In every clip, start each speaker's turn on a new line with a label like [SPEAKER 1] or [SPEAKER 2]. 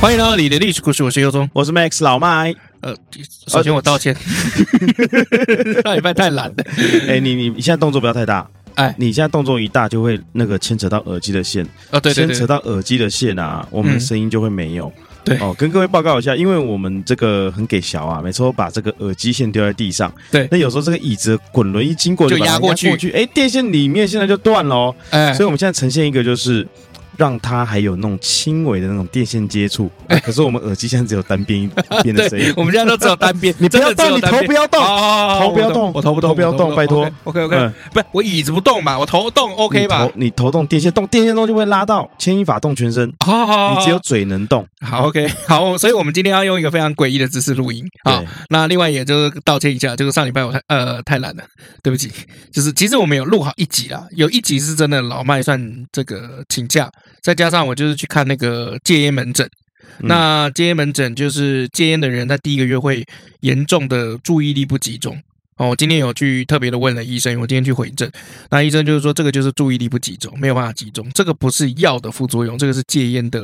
[SPEAKER 1] 欢迎来到你的历史故事，我是尤宗。
[SPEAKER 2] 我是 Max 老麦。
[SPEAKER 1] 呃，首先我道歉，上礼拜太懒了。
[SPEAKER 2] 哎、你你你现在动作不要太大，
[SPEAKER 1] 哎，
[SPEAKER 2] 你现在动作一大就会那个牵扯到耳机的线，
[SPEAKER 1] 哦，对对
[SPEAKER 2] 牵扯
[SPEAKER 1] 对，
[SPEAKER 2] 到耳机的线啊，我们的
[SPEAKER 1] 嗯
[SPEAKER 2] 声音就会没有。
[SPEAKER 1] 对
[SPEAKER 2] 哦，跟各位报告一下，因为我们这个很给小啊，每次都把这个耳机线丢在地上，
[SPEAKER 1] 对
[SPEAKER 2] 那有时候这个椅子滚轮一经过
[SPEAKER 1] 就
[SPEAKER 2] 把它
[SPEAKER 1] 压
[SPEAKER 2] 压
[SPEAKER 1] 过去
[SPEAKER 2] 去，哎、电线里面现在就断了哦，
[SPEAKER 1] 哎
[SPEAKER 2] 所以，我们现在呈现一个就是。让它还有那种轻微的那种电线接触，啊
[SPEAKER 1] 哎
[SPEAKER 2] 可是我们耳机现在只有单 边一边的声音
[SPEAKER 1] 对，，我们现在都只有单 边，
[SPEAKER 2] 你不要
[SPEAKER 1] 真的只有
[SPEAKER 2] 动你头
[SPEAKER 1] 单边
[SPEAKER 2] 不要动
[SPEAKER 1] 好好好好
[SPEAKER 2] 头不要
[SPEAKER 1] 我
[SPEAKER 2] 动
[SPEAKER 1] 我头不动，
[SPEAKER 2] 头不要
[SPEAKER 1] 我
[SPEAKER 2] 动拜托
[SPEAKER 1] OK OK，
[SPEAKER 2] 嗯
[SPEAKER 1] 不是我椅子不动嘛，我头动 OK 吧
[SPEAKER 2] 你头？你头动电线动，电线动就会拉到牵一发动全身，
[SPEAKER 1] 好好好，好
[SPEAKER 2] 你只有嘴能动。
[SPEAKER 1] 好 OK 好，所以我们今天要用一个非常诡异的姿势录音啊
[SPEAKER 2] 对。
[SPEAKER 1] 那另外也就是道歉一下，就是上礼拜我太呃太懒了，对不起。就是其实我们有录好一集啦，有一集是真的老麦算这个请假，再加上我就是去看那个戒烟门诊。
[SPEAKER 2] 嗯
[SPEAKER 1] 那戒烟门诊就是戒烟的人，他第一个月会严重的注意力不集中。哦，我今天有去特别的问了医生，我今天去回诊，那医生就是说这个就是注意力不集中，没有办法集中，这个不是药的副作用，这个是戒烟的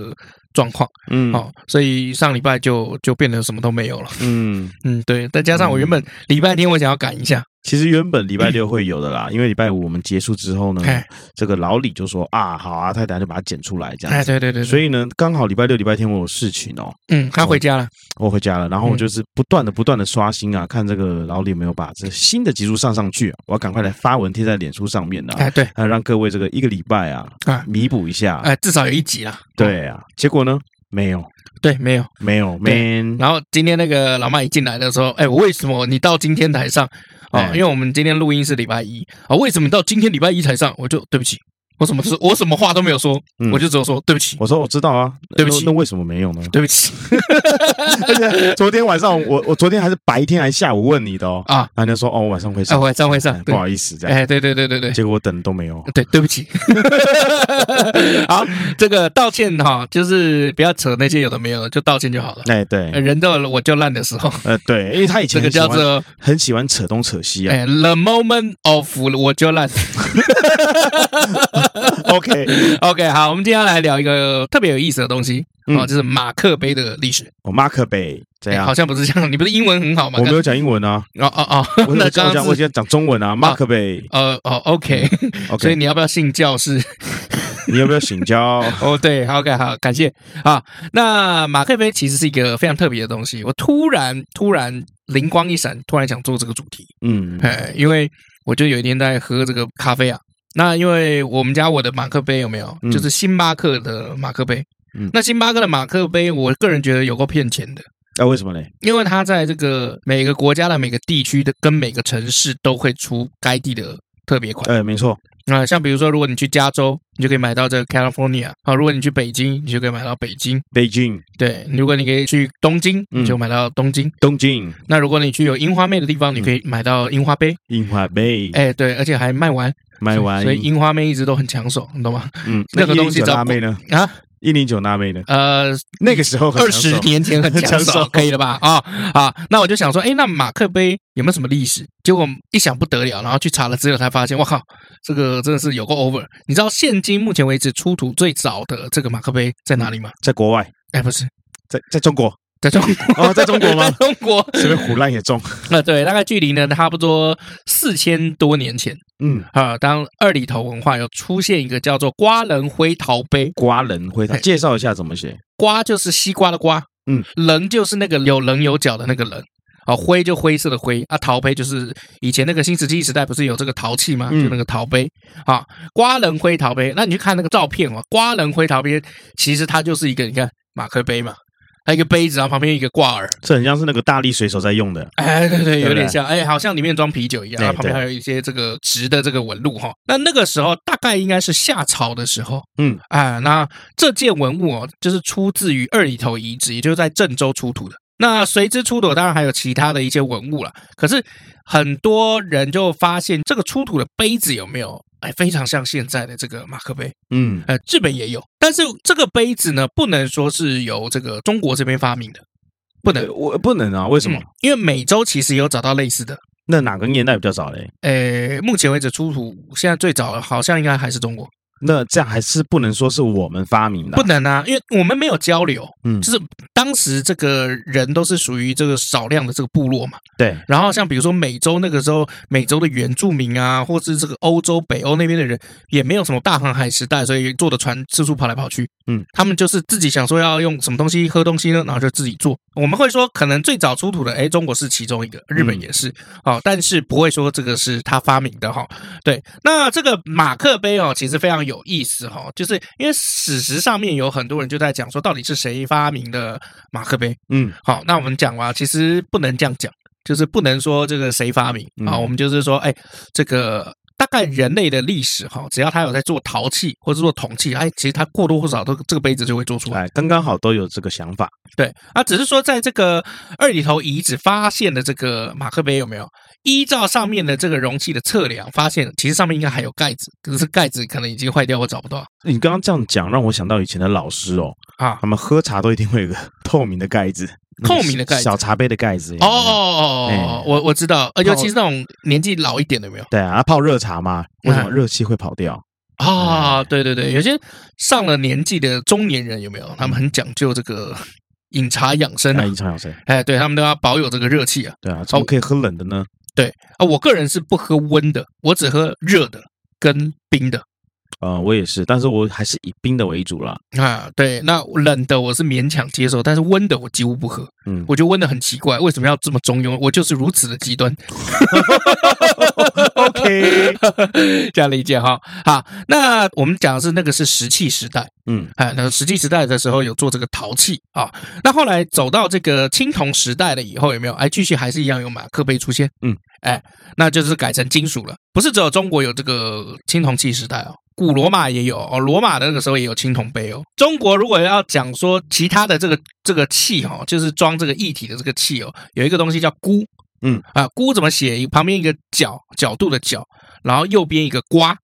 [SPEAKER 1] 状况。
[SPEAKER 2] 嗯，
[SPEAKER 1] 好、所以上礼拜就就变得什么都没有了。
[SPEAKER 2] 嗯，
[SPEAKER 1] 嗯，对，再加上我原本礼拜天我想要赶一下，
[SPEAKER 2] 其实原本礼拜六会有的啦，因为礼拜五我们结束之后呢
[SPEAKER 1] 哎，
[SPEAKER 2] 这个老李就说啊，好啊，太太就把它剪出来这样
[SPEAKER 1] 哎，
[SPEAKER 2] 子。
[SPEAKER 1] 对对对，
[SPEAKER 2] 所
[SPEAKER 1] 以
[SPEAKER 2] 以呢，刚好礼拜六、礼拜天我有事情哦，
[SPEAKER 1] 嗯，他回家了，
[SPEAKER 2] 我回家了，然后
[SPEAKER 1] 嗯
[SPEAKER 2] 我就是不断的、不断的刷新啊，看这个老李有没有把这新的集数上上去、啊，我要赶快来发文贴在脸书上面啊，
[SPEAKER 1] 哎，对，
[SPEAKER 2] 啊，让各位这个一个礼拜啊
[SPEAKER 1] 啊，
[SPEAKER 2] 弥补一下。
[SPEAKER 1] 哎，至少有一集啦。哦
[SPEAKER 2] 对嗯啊，结果呢，没有，
[SPEAKER 1] 对，没有。
[SPEAKER 2] 没有
[SPEAKER 1] 对
[SPEAKER 2] ，man，
[SPEAKER 1] 然后今天那个老麦一进来的时候，哎，我为什么你到今天才上？哦，
[SPEAKER 2] 哎
[SPEAKER 1] 因为我们今天录音是礼拜一啊、为什么到今天礼拜一才上？我就对不起，我什么事我什么话都没有说，
[SPEAKER 2] 嗯
[SPEAKER 1] 我就只有说对不起，
[SPEAKER 2] 我说我知道啊，
[SPEAKER 1] 对不起
[SPEAKER 2] 那那为什么没 有呢？
[SPEAKER 1] 对不起
[SPEAKER 2] 而且昨天晚上我我昨天还是白天还是下午问你的哦，
[SPEAKER 1] 啊，
[SPEAKER 2] 然后你就说哦我晚上会
[SPEAKER 1] 哎，
[SPEAKER 2] 上，
[SPEAKER 1] 会上会上
[SPEAKER 2] 哎，不
[SPEAKER 1] 对，
[SPEAKER 2] 好意思这样，
[SPEAKER 1] 哎，对对对对对，
[SPEAKER 2] 结果我等都没有，
[SPEAKER 1] 对，对不起。 好，这个道歉哈，就是不要扯那些有的没有的，就道歉就好了。
[SPEAKER 2] 哎对，
[SPEAKER 1] 人到了我就烂的时候，
[SPEAKER 2] 呃对，因为他以
[SPEAKER 1] 这个
[SPEAKER 2] 前很喜
[SPEAKER 1] 叫
[SPEAKER 2] 欢
[SPEAKER 1] 做
[SPEAKER 2] 很喜欢扯东扯西啊
[SPEAKER 1] 哎，the moment of 我就烂。
[SPEAKER 2] ，OK，
[SPEAKER 1] OK，好，我们今天要来聊一个特别有意思的东西
[SPEAKER 2] 嗯
[SPEAKER 1] 哦，就是马克杯的历史。
[SPEAKER 2] 我 mark 呗，这
[SPEAKER 1] 哎
[SPEAKER 2] 样
[SPEAKER 1] 好，像不是这样，你不是英文很好吗
[SPEAKER 2] 我？没有讲英文啊，
[SPEAKER 1] 哦哦
[SPEAKER 2] 我
[SPEAKER 1] 哦，
[SPEAKER 2] 我
[SPEAKER 1] 那刚
[SPEAKER 2] 讲我讲
[SPEAKER 1] 刚
[SPEAKER 2] 我
[SPEAKER 1] 是
[SPEAKER 2] 现在讲中文啊，mark 呗
[SPEAKER 1] 呃哦，OK，所以
[SPEAKER 2] ，OK，
[SPEAKER 1] 你要不要信教是？
[SPEAKER 2] 你要不要请教？
[SPEAKER 1] 哦，对好，OK，好，感谢啊。那马克杯其实是一个非常特别的东西，我突然突然灵光一闪，突然想做这个主题，
[SPEAKER 2] 嗯，
[SPEAKER 1] 哎，因为我就有一天在喝这个咖啡啊，那因为我们家我的马克杯有没有，
[SPEAKER 2] 嗯
[SPEAKER 1] 就是星巴克的马克杯。
[SPEAKER 2] 嗯
[SPEAKER 1] 那星巴克的马克杯，我个人觉得有够骗钱的，
[SPEAKER 2] 那啊为什么嘞？
[SPEAKER 1] 因为它在这个每个国家的每个地区的跟每个城市都会出该地的特别款。
[SPEAKER 2] 呃，没错，
[SPEAKER 1] 啊、像比如说，如果你去加州，你就可以买到这个 California 啊；如果你去北京，你就可以买到北京。
[SPEAKER 2] 北京、
[SPEAKER 1] 对，如果你可以去东京，
[SPEAKER 2] 嗯
[SPEAKER 1] 你就买到东京。
[SPEAKER 2] 东京、
[SPEAKER 1] 那如果你去有樱花妹的地方，你可以买到樱花杯。
[SPEAKER 2] 樱花杯，
[SPEAKER 1] 哎，对，而且还卖完，
[SPEAKER 2] 卖完
[SPEAKER 1] 所以，樱花妹一直都很抢手，你懂吗？
[SPEAKER 2] 嗯，
[SPEAKER 1] 那个东西
[SPEAKER 2] 109
[SPEAKER 1] 找
[SPEAKER 2] 辣妹呢？
[SPEAKER 1] 啊，
[SPEAKER 2] 一零九辣妹呢？
[SPEAKER 1] 呃，
[SPEAKER 2] 那个时候很
[SPEAKER 1] 二
[SPEAKER 2] 抢手
[SPEAKER 1] 十年前很抢
[SPEAKER 2] 抢
[SPEAKER 1] 手
[SPEAKER 2] 手，
[SPEAKER 1] 可以了吧？啊、啊，那我就想说，哎，那马克杯有没有什么历史？结果一想不得了，然后去查了资料，才发现，我靠，这个真的是有个 over。你知道现今目前为止出土最早的这个马克杯在哪里吗？
[SPEAKER 2] 在国外，
[SPEAKER 1] 哎，不是，
[SPEAKER 2] 在在中 国，
[SPEAKER 1] 在中国，
[SPEAKER 2] 哦在中国吗
[SPEAKER 1] 在中国，
[SPEAKER 2] 随便胡乱也中，
[SPEAKER 1] 呃，对，大概距离呢差不多四千多年前
[SPEAKER 2] 嗯，
[SPEAKER 1] 啊、当二里头文化有出现一个叫做瓜仁灰陶杯，
[SPEAKER 2] 瓜人灰，他介绍一下怎么写。
[SPEAKER 1] 瓜就是西瓜的瓜，
[SPEAKER 2] 嗯，
[SPEAKER 1] 棱就是那个有棱有角的那个棱。啊，灰就灰色的灰啊，陶杯就是以前那个新石器时代不是有这个陶器吗？
[SPEAKER 2] 嗯
[SPEAKER 1] 就那个陶杯啊，瓜棱灰陶杯。那你去看那个照片哦，瓜棱灰陶杯其实它就是一个你看马克杯嘛，它一个杯子，然后旁边一个挂耳，
[SPEAKER 2] 这很像是那个大力水手在用的，
[SPEAKER 1] 哎，对对，
[SPEAKER 2] 对
[SPEAKER 1] 有
[SPEAKER 2] 不
[SPEAKER 1] 点
[SPEAKER 2] 对
[SPEAKER 1] 像，哎，好像里面装啤酒一样，
[SPEAKER 2] 对
[SPEAKER 1] 然后旁边
[SPEAKER 2] 对
[SPEAKER 1] 还有一些这个直的这个纹路哈。那那个时候大概应该是夏朝的时候，
[SPEAKER 2] 嗯，
[SPEAKER 1] 啊，那这件文物哦，就是出自于二里头遗址，也就是在郑州出土的。那随之出土，当然还有其他的一些文物了。可是很多人就发现，这个出土的杯子有没有哎，非常像现在的这个马克杯，
[SPEAKER 2] 嗯
[SPEAKER 1] 呃，日本也有，但是这个杯子呢，不能说是由这个中国这边发明的，不能
[SPEAKER 2] 呃，我不能啊，为什么
[SPEAKER 1] 嗯？因为美洲其实有找到类似的，
[SPEAKER 2] 那哪个年代比较早嘞？
[SPEAKER 1] 呃，目前为止出土现在最早的好像应该还是中国，
[SPEAKER 2] 那这样还是不能说是我们发明的啊，
[SPEAKER 1] 不能啊，因为我们没有交流，
[SPEAKER 2] 嗯
[SPEAKER 1] 就是当时这个人都是属于这个少量的这个部落嘛，
[SPEAKER 2] 对，
[SPEAKER 1] 然后像比如说美洲那个时候，美洲的原住民啊，或是这个欧洲北欧那边的人，也没有什么大航海时代，所以坐的船四处跑来跑去。
[SPEAKER 2] 嗯，
[SPEAKER 1] 他们就是自己想说要用什么东西喝东西呢，然后就自己做。我们会说，可能最早出土的，哎，中国是其中一个，日本也是，哦，但是不会说这个是他发明的哈、对，那这个马克杯哦，其实非常有意思哈、就是因为史实上面有很多人就在讲说，到底是谁发明的马克杯？
[SPEAKER 2] 嗯
[SPEAKER 1] 好，那我们讲完，其实不能这样讲，就是不能说这个谁发明
[SPEAKER 2] 嗯
[SPEAKER 1] 啊，我们就是说，哎，这个大概人类的历史哈，只要他有在做陶器或者做铜器，哎，其实他或多或少都这个杯子就会做出来。
[SPEAKER 2] 哎，刚刚好都有这个想法，
[SPEAKER 1] 对，啊，只是说在这个二里头遗址发现的这个马克杯有没有？依照上面的这个容器的测量，发现其实上面应该还有盖子，可是盖子可能已经坏掉，我找不到
[SPEAKER 2] 你刚刚这样讲，让我想到以前的老师哦，
[SPEAKER 1] 啊。
[SPEAKER 2] 他们喝茶都一定会有个透明的盖子，
[SPEAKER 1] 透明的盖子
[SPEAKER 2] 小茶杯的盖子。有没
[SPEAKER 1] 哦
[SPEAKER 2] 有
[SPEAKER 1] 哦，哦哦哦，我我知道，呃，尤其是那种年纪老一点的，有没有？
[SPEAKER 2] 对啊，泡热茶嘛，为什么
[SPEAKER 1] 嗯
[SPEAKER 2] 热气会跑掉？
[SPEAKER 1] 啊，对对对，有些上了年纪的中年人有没有？他们很讲究这个饮茶养生
[SPEAKER 2] 那
[SPEAKER 1] 啊，
[SPEAKER 2] 一场小谁？
[SPEAKER 1] 哎，对他们都要保有这个热气啊。
[SPEAKER 2] 对啊，怎么可以喝冷的呢？
[SPEAKER 1] 对啊，我个人是不喝温的，我只喝热的跟冰的
[SPEAKER 2] 呃，我也是，但是我还是以冰的为主啦。
[SPEAKER 1] 啊。对，那冷的我是勉强接受，但是温的我几乎不喝。
[SPEAKER 2] 嗯，
[SPEAKER 1] 我觉得温的很奇怪，为什么要这么中庸？我就是如此的极端。
[SPEAKER 2] OK，
[SPEAKER 1] 这样理解哈。好，那我们讲的是那个是石器时代。
[SPEAKER 2] 嗯
[SPEAKER 1] 哎，那石器时代的时候有做这个陶器啊，那后来走到这个青铜时代了以后，有没有？哎，继续还是一样有马克杯出现，
[SPEAKER 2] 嗯，
[SPEAKER 1] 哎，那就是改成金属了，不是只有中国有这个青铜器时代哦。古罗马也有哦，罗马的那个时候也有青铜杯哦。中国如果要讲说其他的这个这个器哦，就是装这个液体的这个器哦，有一个东西叫钴，
[SPEAKER 2] 嗯
[SPEAKER 1] 啊，钴怎么写？旁边一个角角度的角，然后右边一个瓜，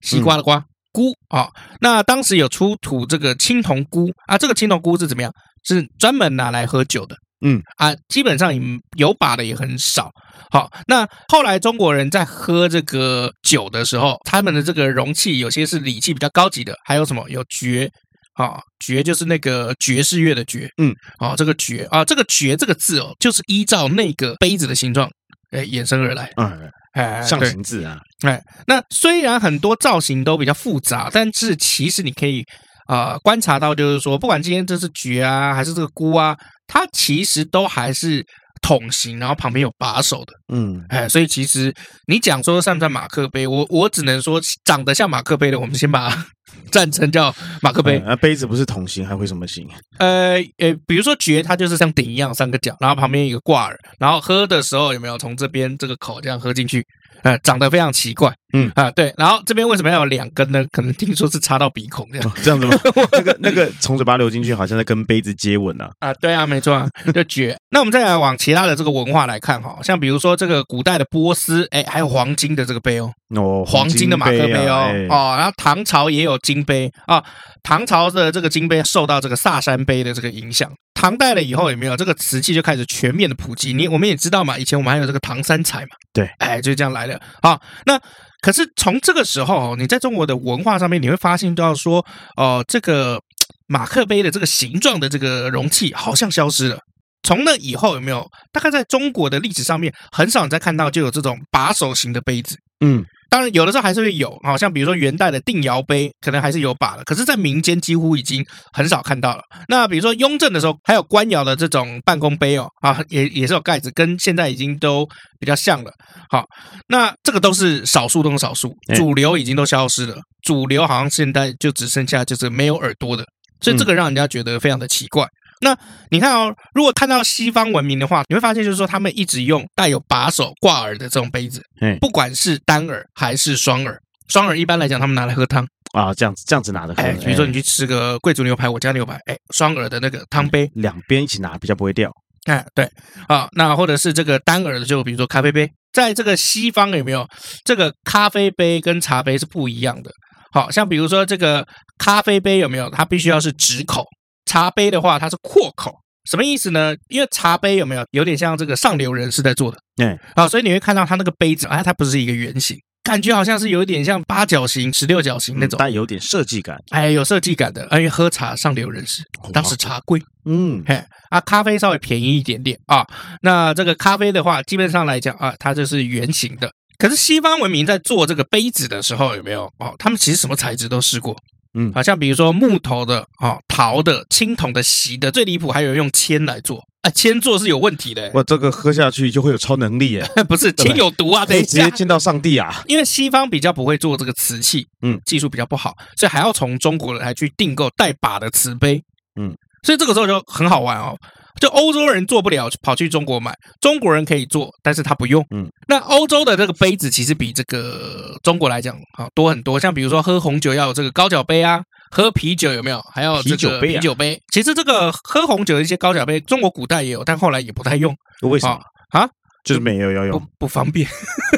[SPEAKER 1] 西
[SPEAKER 2] 嗯
[SPEAKER 1] 瓜的瓜，钴啊、那当时有出土这个青铜菇啊，这个青铜菇是怎么样？是专门拿来喝酒的。
[SPEAKER 2] 嗯
[SPEAKER 1] 啊，基本上也有把的也很少。好，那后来中国人在喝这个酒的时候，他们的这个容器有些是礼器比较高级的，还有什么有爵啊、爵就是那个爵士乐的爵。
[SPEAKER 2] 嗯，
[SPEAKER 1] 哦，这个爵啊，这个爵这个字哦，就是依照那个杯子的形状，哎，衍生而来。
[SPEAKER 2] 嗯，
[SPEAKER 1] 哎，
[SPEAKER 2] 象
[SPEAKER 1] 对
[SPEAKER 2] 形字啊，
[SPEAKER 1] 哎，那虽然很多造型都比较复杂，但是其实你可以啊、呃观察到，就是说，不管今天这是菊啊，还是这个菇啊，它其实都还是桶形，然后旁边有把手的。
[SPEAKER 2] 嗯，
[SPEAKER 1] 哎，所以其实你讲说算不算马克杯，我我只能说长得像马克杯的，我们先把它 赞成叫马克杯
[SPEAKER 2] 嗯。啊，杯子不是桶形还会什么形？
[SPEAKER 1] 呃呃，比如说爵，它就是像鼎一样三个角，然后旁边一个挂耳，然后喝的时候有没有从这边这个口这样喝进去？呃，长得非常奇怪，
[SPEAKER 2] 嗯
[SPEAKER 1] 啊、对，然后这边为什么要有两根呢？可能听说是插到鼻孔这样
[SPEAKER 2] 哦 这 样子吗？那个那个从嘴巴流进去，好像在跟杯子接吻啊。
[SPEAKER 1] 啊、对啊，没错啊，就爵。那我们再来往其他的这个文化来看哈、像比如说这个古代的波斯，哎，还有黄金的这个杯哦，
[SPEAKER 2] 哦，
[SPEAKER 1] 黄金的马克杯
[SPEAKER 2] 杯
[SPEAKER 1] 哦
[SPEAKER 2] 啊，哎，
[SPEAKER 1] 哦，然后唐朝也有金杯啊，唐朝的这个金杯受到这个萨山杯的这个影响，唐代了以后有没有这个瓷器就开始全面的普及？你我们也知道嘛，以前我们还有这个唐三彩嘛，
[SPEAKER 2] 对，
[SPEAKER 1] 哎，就这样来的啊。那可是从这个时候哦，你在中国的文化上面，你会发现到说，哦、这个马克杯的这个形状的这个容器好像消失了。从那以后有没有？大概在中国的历史上面，很少你再看到就有这种把手型的杯子。
[SPEAKER 2] 嗯，
[SPEAKER 1] 当然，有的时候还是会有，好像比如说元代的定窑杯，可能还是有把的，可是，在民间几乎已经很少看到了。那比如说雍正的时候，还有官窑的这种办公杯哦，啊，也也是有盖子，跟现在已经都比较像了。好，那这个都是少数中的少数，
[SPEAKER 2] 哎
[SPEAKER 1] 主流已经都消失了，主流好像现在就只剩下就是没有耳朵的，所以这个让人家觉得非常的奇怪。那你看哦，如果看到西方文明的话，你会发现就是说他们一直用带有把手挂耳的这种杯子，
[SPEAKER 2] 哎
[SPEAKER 1] 不管是单耳还是双耳。双耳一般来讲，他们拿来喝汤，
[SPEAKER 2] 啊，这样子这样子拿着喝
[SPEAKER 1] 哎，，比如说你
[SPEAKER 2] 哎
[SPEAKER 1] 去吃个贵族牛排，我家牛排，哎，双耳的那个汤杯，
[SPEAKER 2] 两边一起拿，比较不会掉。
[SPEAKER 1] 哎，对啊，那或者是这个单耳的，就比如说咖啡杯在这个西方有没有这个咖啡杯跟茶杯是不一样的？好像比如说这个咖啡杯有没有，它必须要是直口；茶杯的话，它是阔口。什么意思呢？因为茶杯有没有有点像这个上流人士在做的，
[SPEAKER 2] 对，
[SPEAKER 1] 好，所以你会看到它那个杯子，啊，它不是一个圆形，感觉好像是有一点像八角形、十六角形那种，
[SPEAKER 2] 但有点设计感。
[SPEAKER 1] 哎，有设计感的。因为喝茶上流人士，当时茶贵，
[SPEAKER 2] 嗯，
[SPEAKER 1] 嘿啊，咖啡稍微便宜一点点啊。那这个咖啡的话，基本上来讲啊，它就是圆形的。可是西方文明在做这个杯子的时候，有没有哦？他们其实什么材质都试过，
[SPEAKER 2] 嗯
[SPEAKER 1] 好像比如说木头的、哦陶的、青铜的、席的，最离谱还有用铅来做啊，铅做是有问题的，
[SPEAKER 2] 我这个喝下去就会有超能力耶，
[SPEAKER 1] 不是
[SPEAKER 2] 对
[SPEAKER 1] 铅有毒啊，
[SPEAKER 2] 可
[SPEAKER 1] 等
[SPEAKER 2] 以
[SPEAKER 1] 一
[SPEAKER 2] 直
[SPEAKER 1] 下
[SPEAKER 2] 接，见到上帝啊！
[SPEAKER 1] 因为西方比较不会做这个瓷器，
[SPEAKER 2] 嗯，
[SPEAKER 1] 技术比较不好，所以还要从中国人来去订购带把的瓷杯，
[SPEAKER 2] 嗯，
[SPEAKER 1] 所以这个时候就很好玩哦。就欧洲人做不了，跑去中国买；中国人可以做，但是他不用。
[SPEAKER 2] 嗯，
[SPEAKER 1] 那欧洲的这个杯子其实比这个中国来讲好多很多。像比如说喝红酒要有这个高脚杯啊，喝啤酒有没有？还有这个
[SPEAKER 2] 啤酒杯
[SPEAKER 1] 啤
[SPEAKER 2] 啊
[SPEAKER 1] 酒杯。其实这个喝红酒的一些高脚杯，中国古代也有，但后来也不太用，
[SPEAKER 2] 为什么
[SPEAKER 1] 啊？
[SPEAKER 2] 就是没有有
[SPEAKER 1] 不
[SPEAKER 2] 有
[SPEAKER 1] 不方便。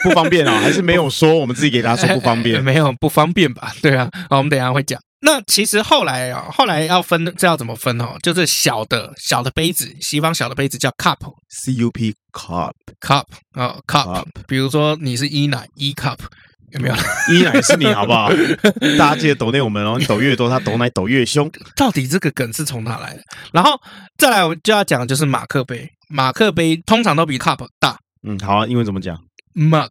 [SPEAKER 2] 不方便啊，还是没有说，我们自己 给大家说不方便。
[SPEAKER 1] 没有不方便吧？对啊，好，我们等一下会讲。那其实后来啊、后来要分，这要怎么分哦？就是小的小的杯子，西方小的杯子叫 cup
[SPEAKER 2] CUP cup
[SPEAKER 1] cup 啊、cup
[SPEAKER 2] Cup。
[SPEAKER 1] 比如说你是一奶一 cup，有没 有？
[SPEAKER 2] 依然是你好不好？ 大家记得抖内我们哦，你抖越多，他抖奶抖越凶。
[SPEAKER 1] 到底这个梗是从哪来的？然后再来，我就要讲的就是马克杯。马克杯通常都比 cup 大
[SPEAKER 2] 嗯，好啊，英文怎么讲？
[SPEAKER 1] ，mug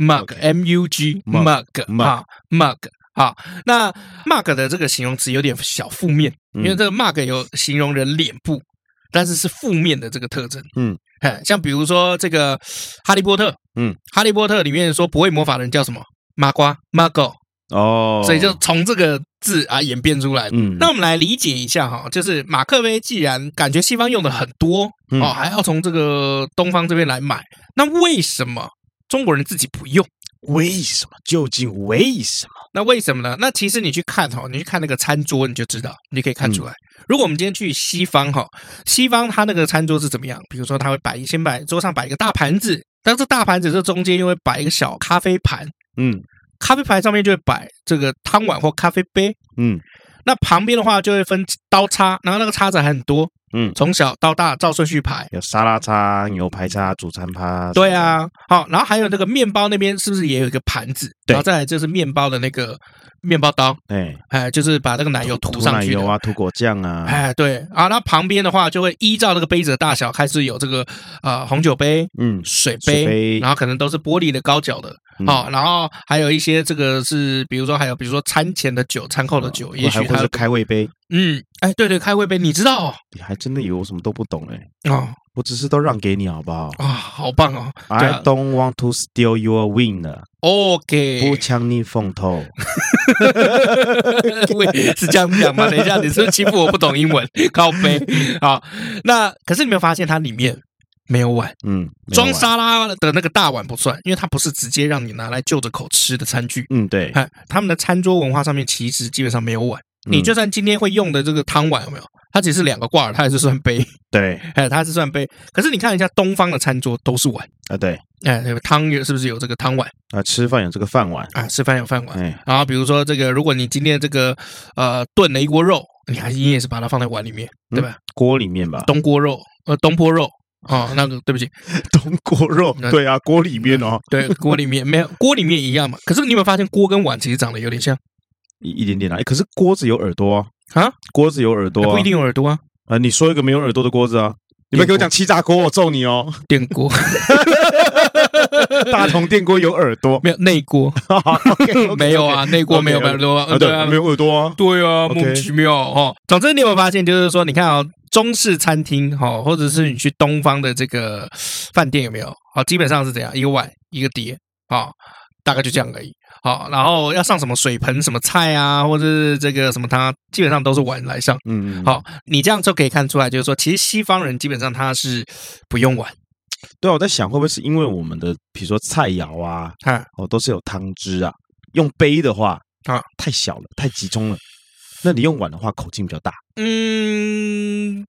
[SPEAKER 1] mug m u g
[SPEAKER 2] Mug
[SPEAKER 1] mug
[SPEAKER 2] Mug
[SPEAKER 1] 啊 mug 好，那 mug 的这个形容词有点小负面。因为
[SPEAKER 2] 嗯
[SPEAKER 1] 这个 mug 有形容人脸部，但是是负面的这个特征。
[SPEAKER 2] 嗯
[SPEAKER 1] 哎，像比如说这个《哈利波特》，
[SPEAKER 2] 嗯
[SPEAKER 1] 《哈利波特》里面说不会魔法的人叫什么？麻瓜 m u g g l
[SPEAKER 2] 哦，
[SPEAKER 1] 所以就从这个字啊演变出来的。
[SPEAKER 2] 嗯，
[SPEAKER 1] 那我们来理解一下哈，就是马克杯，既然感觉西方用的很多
[SPEAKER 2] 嗯
[SPEAKER 1] 哦，还要从这个东方这边来买，那为什么中国人自己不用？
[SPEAKER 2] 为什么？究竟为什么？
[SPEAKER 1] 那为什么呢？那其实你去看哈，你去看那个餐桌，你就知道，你就可以看出来。
[SPEAKER 2] 嗯
[SPEAKER 1] 如果我们今天去西方哈，西方它那个餐桌是怎么样？比如说，它会摆先摆桌上摆一个大盘子，但是大盘子这中间又会摆一个小咖啡盘，
[SPEAKER 2] 嗯
[SPEAKER 1] 咖啡盘上面就会摆这个汤碗或咖啡杯。
[SPEAKER 2] 嗯
[SPEAKER 1] 那旁边的话就会分刀叉，然后那个叉子还很多，
[SPEAKER 2] 嗯，
[SPEAKER 1] 从小到大照顺序排。
[SPEAKER 2] 有沙拉叉、牛排叉、主餐叉。
[SPEAKER 1] 对，啊，好，然后还有那个面包那边是不是也有一个盘子？
[SPEAKER 2] 对
[SPEAKER 1] 然后再来就是面包的那个面包刀，
[SPEAKER 2] 哎，
[SPEAKER 1] 哎，就是把那个奶油涂
[SPEAKER 2] 涂
[SPEAKER 1] 上
[SPEAKER 2] 奶
[SPEAKER 1] 去的
[SPEAKER 2] 油啊， 涂果酱啊，
[SPEAKER 1] 哎，对啊，那旁边的话就会依照那个杯子的大小开始有这个呃红酒杯、
[SPEAKER 2] 嗯，
[SPEAKER 1] 水
[SPEAKER 2] 水
[SPEAKER 1] 杯，
[SPEAKER 2] 杯
[SPEAKER 1] 然后可能都是玻璃的高脚的，
[SPEAKER 2] 嗯
[SPEAKER 1] 好、然后还有一些这个是比如说还有比如说餐前的酒、餐后的酒，也许
[SPEAKER 2] 啊还会
[SPEAKER 1] 它
[SPEAKER 2] 是开胃杯。
[SPEAKER 1] 嗯，哎，对对，开胃杯，你知道哦
[SPEAKER 2] 你还真的以为我什么都不懂哎、
[SPEAKER 1] 哦
[SPEAKER 2] 我只是都让给你好不 好
[SPEAKER 1] 啊、好棒哦对
[SPEAKER 2] ？I
[SPEAKER 1] 啊
[SPEAKER 2] don't want to steal your win 了，不
[SPEAKER 1] ，OK，
[SPEAKER 2] 抢你风头。
[SPEAKER 1] 喂是这样讲吗？等一下，你是不是欺负我不懂英 文？靠背好，那可是你有没有发现它里面没有碗？
[SPEAKER 2] 嗯，没有
[SPEAKER 1] 装
[SPEAKER 2] 啊。
[SPEAKER 1] 沙拉的那个大碗不算，因为它不是直接让你拿来就着口吃的餐具。
[SPEAKER 2] 嗯， 对，
[SPEAKER 1] 哎，他们的餐桌文化上面其实基本上没有碗，你
[SPEAKER 2] 嗯
[SPEAKER 1] 就算今天会用的这个汤碗有没有？它只是两个挂耳，它还是算杯，
[SPEAKER 2] 对
[SPEAKER 1] 哎，它是算杯。可是你看一下东方的餐桌都是碗，
[SPEAKER 2] 啊，对
[SPEAKER 1] 哎，有汤有是不是有这个汤碗
[SPEAKER 2] 啊，吃饭有这个饭碗，
[SPEAKER 1] 啊？吃饭有饭碗。
[SPEAKER 2] 哎，
[SPEAKER 1] 然后啊比如说这个，如果你今天这个呃炖了一锅肉，你还你也是把它放在碗里面，对吧？
[SPEAKER 2] 锅里面吧，
[SPEAKER 1] 东锅肉，呃，东坡肉。哦，那个对不起，
[SPEAKER 2] 东锅肉
[SPEAKER 1] 那
[SPEAKER 2] 对啊，锅里面哦，
[SPEAKER 1] 对，锅里面没有，锅里面一样嘛。可是你有没有发现锅跟碗其实长得有点像？
[SPEAKER 2] 一一点点啊，哎可是锅子有耳朵啊
[SPEAKER 1] 啊，
[SPEAKER 2] 锅子有耳朵啊，
[SPEAKER 1] 不一定有耳朵啊，
[SPEAKER 2] 啊，你说一个没有耳朵的锅子啊。你们给我讲气炸锅，我揍你哦！
[SPEAKER 1] 电锅
[SPEAKER 2] 大同电锅有耳 朵
[SPEAKER 1] 没有内锅
[SPEAKER 2] 啊 OK，OK，OK
[SPEAKER 1] 没有啊，内锅没有
[SPEAKER 2] OK，OK
[SPEAKER 1] 耳朵啊，
[SPEAKER 2] 啊？
[SPEAKER 1] 呃
[SPEAKER 2] 对
[SPEAKER 1] 对
[SPEAKER 2] 啊，
[SPEAKER 1] 啊
[SPEAKER 2] 没，有耳朵啊。
[SPEAKER 1] 对啊，
[SPEAKER 2] OK
[SPEAKER 1] 莫名其妙哦。总之，你有没有发现，就是说，你看哦，中式餐厅哦，或者是你去东方的这个饭店有没有？哦，基本上是怎样，一个碗一个碟哦，大概就这样而已。好，然后要上什么水盆、什么菜啊，或者是这个什么汤，基本上都是碗来上。
[SPEAKER 2] 嗯，嗯，嗯
[SPEAKER 1] 好，你这样就可以看出来，就是说，其实西方人基本上他是不用碗，
[SPEAKER 2] 对啊，我在想会不会是因为我们的，比如说菜肴啊，
[SPEAKER 1] 哈，
[SPEAKER 2] 哦，都是有汤汁啊。用杯的话
[SPEAKER 1] 啊，
[SPEAKER 2] 太小了，太集中了。那你用碗的话，口径比较大。
[SPEAKER 1] 嗯，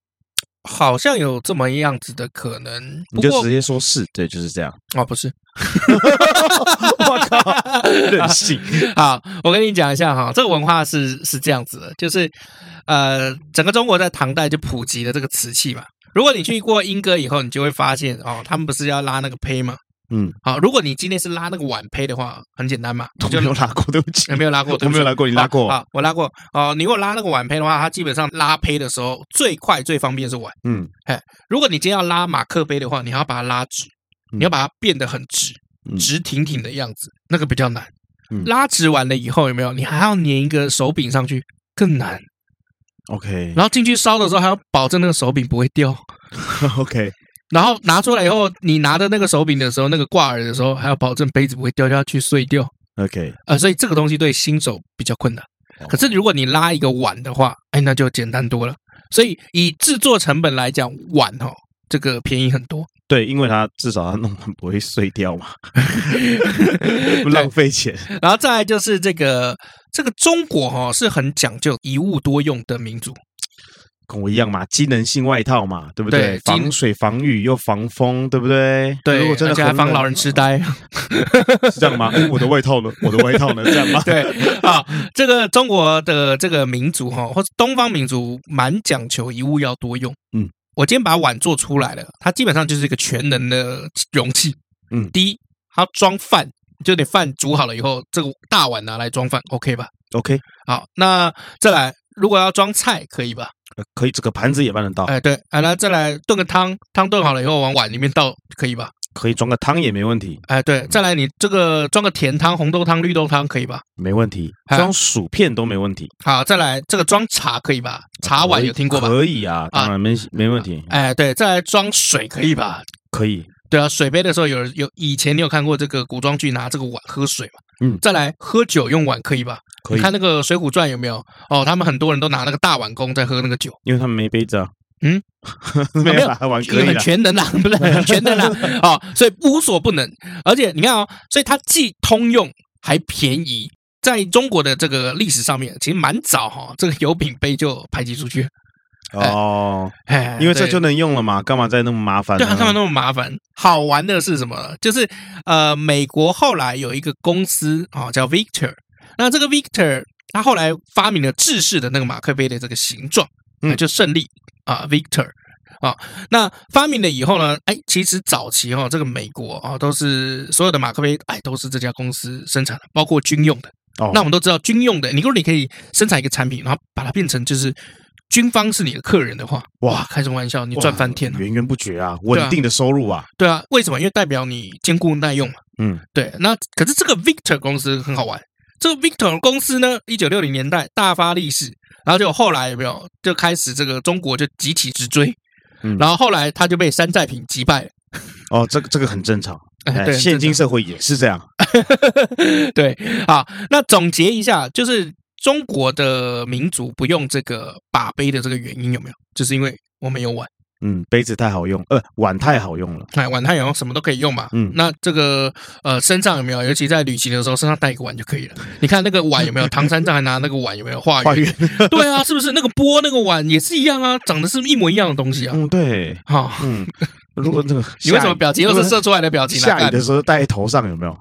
[SPEAKER 1] 好像有这么样子的可能。
[SPEAKER 2] 你
[SPEAKER 1] 不
[SPEAKER 2] 就
[SPEAKER 1] 过
[SPEAKER 2] 直接说是对，就是这样。
[SPEAKER 1] 哦，不是
[SPEAKER 2] 我靠，任性！
[SPEAKER 1] 好，我跟你讲一下哈，这个文化是是这样子的，就是呃，整个中国在唐代就普及了这个瓷器嘛。如果你去过莺歌以后，你就会发现哦，他们不是要拉那个胚嘛？
[SPEAKER 2] 嗯，
[SPEAKER 1] 好，如果你今天是拉那个碗胚的话，很简单嘛，
[SPEAKER 2] 我
[SPEAKER 1] 你就
[SPEAKER 2] 没有拉过，对不起，
[SPEAKER 1] 没有拉过，对
[SPEAKER 2] 我
[SPEAKER 1] 不
[SPEAKER 2] 没
[SPEAKER 1] 起
[SPEAKER 2] 有拉过，你拉过？
[SPEAKER 1] 啊，我拉过哦。你如果拉那个碗胚的话，它基本上拉胚的时候最快最方便是碗。
[SPEAKER 2] 嗯
[SPEAKER 1] 如果你今天要拉马克杯的话，你还要把它拉直，
[SPEAKER 2] 嗯
[SPEAKER 1] 你要把它变得很直，
[SPEAKER 2] 嗯
[SPEAKER 1] 直挺挺的样子，那个比较难
[SPEAKER 2] 嗯。
[SPEAKER 1] 拉直完了以后，有没有？你还要粘一个手柄上去，更难。
[SPEAKER 2] ，OK
[SPEAKER 1] 然后进去烧的时候，还要保证那个手柄不会掉。
[SPEAKER 2] OK，
[SPEAKER 1] 然后拿出来以后，你拿的那个手柄的时候，那个挂耳的时候，还要保证杯子不会掉下去碎掉。
[SPEAKER 2] OK，
[SPEAKER 1] 呃，所以这个东西对新手比较困难
[SPEAKER 2] 哦。
[SPEAKER 1] 可是如果你拉一个碗的话，哎，那就简单多了。所以以制作成本来讲，碗哦，这个便宜很多。
[SPEAKER 2] 对，因为它至少它弄完不会碎掉 嘛，不浪费钱。
[SPEAKER 1] 然后再来就是这个这个中国哈、哦、是很讲究一物多用的民族，
[SPEAKER 2] 跟我一样嘛，机能性外套嘛，对不
[SPEAKER 1] 对机
[SPEAKER 2] 防水、防雨又防风，对不对？
[SPEAKER 1] 对，
[SPEAKER 2] 如果真的
[SPEAKER 1] 而且还
[SPEAKER 2] 很
[SPEAKER 1] 防
[SPEAKER 2] 冷哦
[SPEAKER 1] 老人痴呆，
[SPEAKER 2] 是 这样 吗？哦我的外套呢？我的外套呢？这样吗？
[SPEAKER 1] 对啊，这个中国的这个民族哈、哦，或是东方民族蛮讲求一物要多用。
[SPEAKER 2] 嗯，
[SPEAKER 1] 我今天把碗做出来了，它基本上就是一个全能的容器。
[SPEAKER 2] 嗯
[SPEAKER 1] 第一，它装饭，就你饭煮好了以后，这个大碗拿来装饭，OK 吧？
[SPEAKER 2] ，OK，
[SPEAKER 1] 好，那再来，如果要装菜，可以吧？
[SPEAKER 2] 呃可以，这个盘子也办得到，
[SPEAKER 1] 哎，对，啊，那再来炖个汤，汤炖好了以后往碗里面倒，可以吧？
[SPEAKER 2] 可以装个汤也没问题，
[SPEAKER 1] 哎，对，再来你这个装个甜汤、红豆汤、绿豆汤可以吧？
[SPEAKER 2] 没问题，
[SPEAKER 1] 哎
[SPEAKER 2] 装薯片都没问题。
[SPEAKER 1] 好，再来这个装茶可以吧？茶碗有听过吧？
[SPEAKER 2] 可以啊，当然没没问题，
[SPEAKER 1] 哎，对，再来装水可以吧？
[SPEAKER 2] 可以。
[SPEAKER 1] 对啊，水杯的时候有有以前你有看过这个古装剧拿这个碗喝水嘛？
[SPEAKER 2] 嗯
[SPEAKER 1] 再来喝酒用碗可以吧？
[SPEAKER 2] 可以
[SPEAKER 1] 你看那个《水浒传》有没有？哦，他们很多人都拿那个大碗公在喝那个酒，
[SPEAKER 2] 因为他们没杯子啊。
[SPEAKER 1] 嗯，
[SPEAKER 2] 没有啦，
[SPEAKER 1] 啊
[SPEAKER 2] 玩
[SPEAKER 1] 因
[SPEAKER 2] 可
[SPEAKER 1] 为
[SPEAKER 2] 以
[SPEAKER 1] 很
[SPEAKER 2] 啦。
[SPEAKER 1] 全能啦， 不是很全能啦， 哦，所以无所不能。而且你看哦，所以它既通用还便宜，在中国的这个历史上面，其实蛮早哈、这个油饼杯就排挤出去了。
[SPEAKER 2] 哦，
[SPEAKER 1] 哎，
[SPEAKER 2] 因为这
[SPEAKER 1] 对
[SPEAKER 2] 就能用了嘛，干嘛再那么麻烦呢？
[SPEAKER 1] 对啊，干嘛那么麻烦？好玩的是什么？就是呃，美国后来有一个公司啊、哦叫 Victor，那这个 Victor 他后来发明了制式的那个马克杯的这个形状，
[SPEAKER 2] 嗯
[SPEAKER 1] 嗯，就胜利啊、Victor。啊、那发明了以后呢？哎，其实早期哦，这个美国哦，都是所有的马克杯，哎，都是这家公司生产的，包括军用的。
[SPEAKER 2] 哦
[SPEAKER 1] 那我们都知道，军用的，你如果你可以生产一个产品，然后把它变成就是军方是你的客人的话，
[SPEAKER 2] 哇
[SPEAKER 1] 哇，开什么玩笑？你
[SPEAKER 2] 哇
[SPEAKER 1] 赚翻天了！
[SPEAKER 2] 源源不绝啊，稳定的收入啊。
[SPEAKER 1] 对啊，为什么？因为代表你坚固耐用嘛。
[SPEAKER 2] 嗯，
[SPEAKER 1] 对。那可是这个 Victor 公司很好玩，这个 Victor 公司呢，一九六零年代大发利市，然后就后来有没有就开始这个中国就集体直追，
[SPEAKER 2] 嗯
[SPEAKER 1] 然后后来他就被山寨品击败了。
[SPEAKER 2] 哦，这个这个很正常。
[SPEAKER 1] 哎
[SPEAKER 2] 哎
[SPEAKER 1] 对，
[SPEAKER 2] 现今
[SPEAKER 1] 真
[SPEAKER 2] 社会也是这样。
[SPEAKER 1] 的 对，好，那总结一下，就是中国的民族不用这个把杯的这个原因有没有？就是因为我们有碗，
[SPEAKER 2] 嗯，杯子太好用，呃，碗太好用了。
[SPEAKER 1] 哎，碗它有什么都可以用嘛。
[SPEAKER 2] 嗯
[SPEAKER 1] 那这个呃身上有没有？尤其在旅行的时候，身上带一个碗就可 以了。你看那个碗有没有？唐三藏还拿那个碗有没有？化
[SPEAKER 2] 化
[SPEAKER 1] 缘。
[SPEAKER 2] 缘，
[SPEAKER 1] 对啊，是不是那个钵那个碗也是一样啊？长得是一模一样的东西啊。
[SPEAKER 2] 嗯， 对，
[SPEAKER 1] 好、
[SPEAKER 2] 嗯。如果这个
[SPEAKER 1] 你为什
[SPEAKER 2] 下雨
[SPEAKER 1] 么表情又是射出来的表情啊？
[SPEAKER 2] 下雨的时候戴在头上 有没有？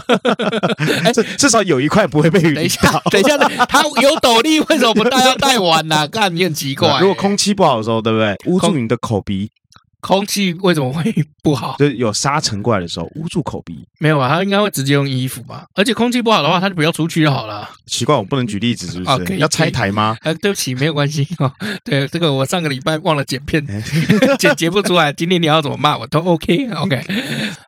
[SPEAKER 2] 至至少有一块不会被
[SPEAKER 1] 哎等
[SPEAKER 2] 雨
[SPEAKER 1] 一
[SPEAKER 2] 淋
[SPEAKER 1] 下
[SPEAKER 2] 到，。
[SPEAKER 1] 等一下，他有斗笠，为什么不带要带碗呢、啊？干，你很奇怪、
[SPEAKER 2] 如果空气不好的时候，对不对？捂住你的口鼻，
[SPEAKER 1] 空气为什么会不好？
[SPEAKER 2] 就是有沙尘过来的时候，捂住口鼻。
[SPEAKER 1] 没有吧？啊他应该会直接用衣服吧。而且空气不好的话，他就不要出去就好了。
[SPEAKER 2] 奇怪，我不能举例子，是
[SPEAKER 1] 啊
[SPEAKER 2] 不
[SPEAKER 1] 可
[SPEAKER 2] 是？
[SPEAKER 1] 以
[SPEAKER 2] 要拆台吗？
[SPEAKER 1] 呃，对不起，没有关系哦。对，这个我上个礼拜忘了剪片，剪截不出来。今天你要怎么骂我都 OK OK。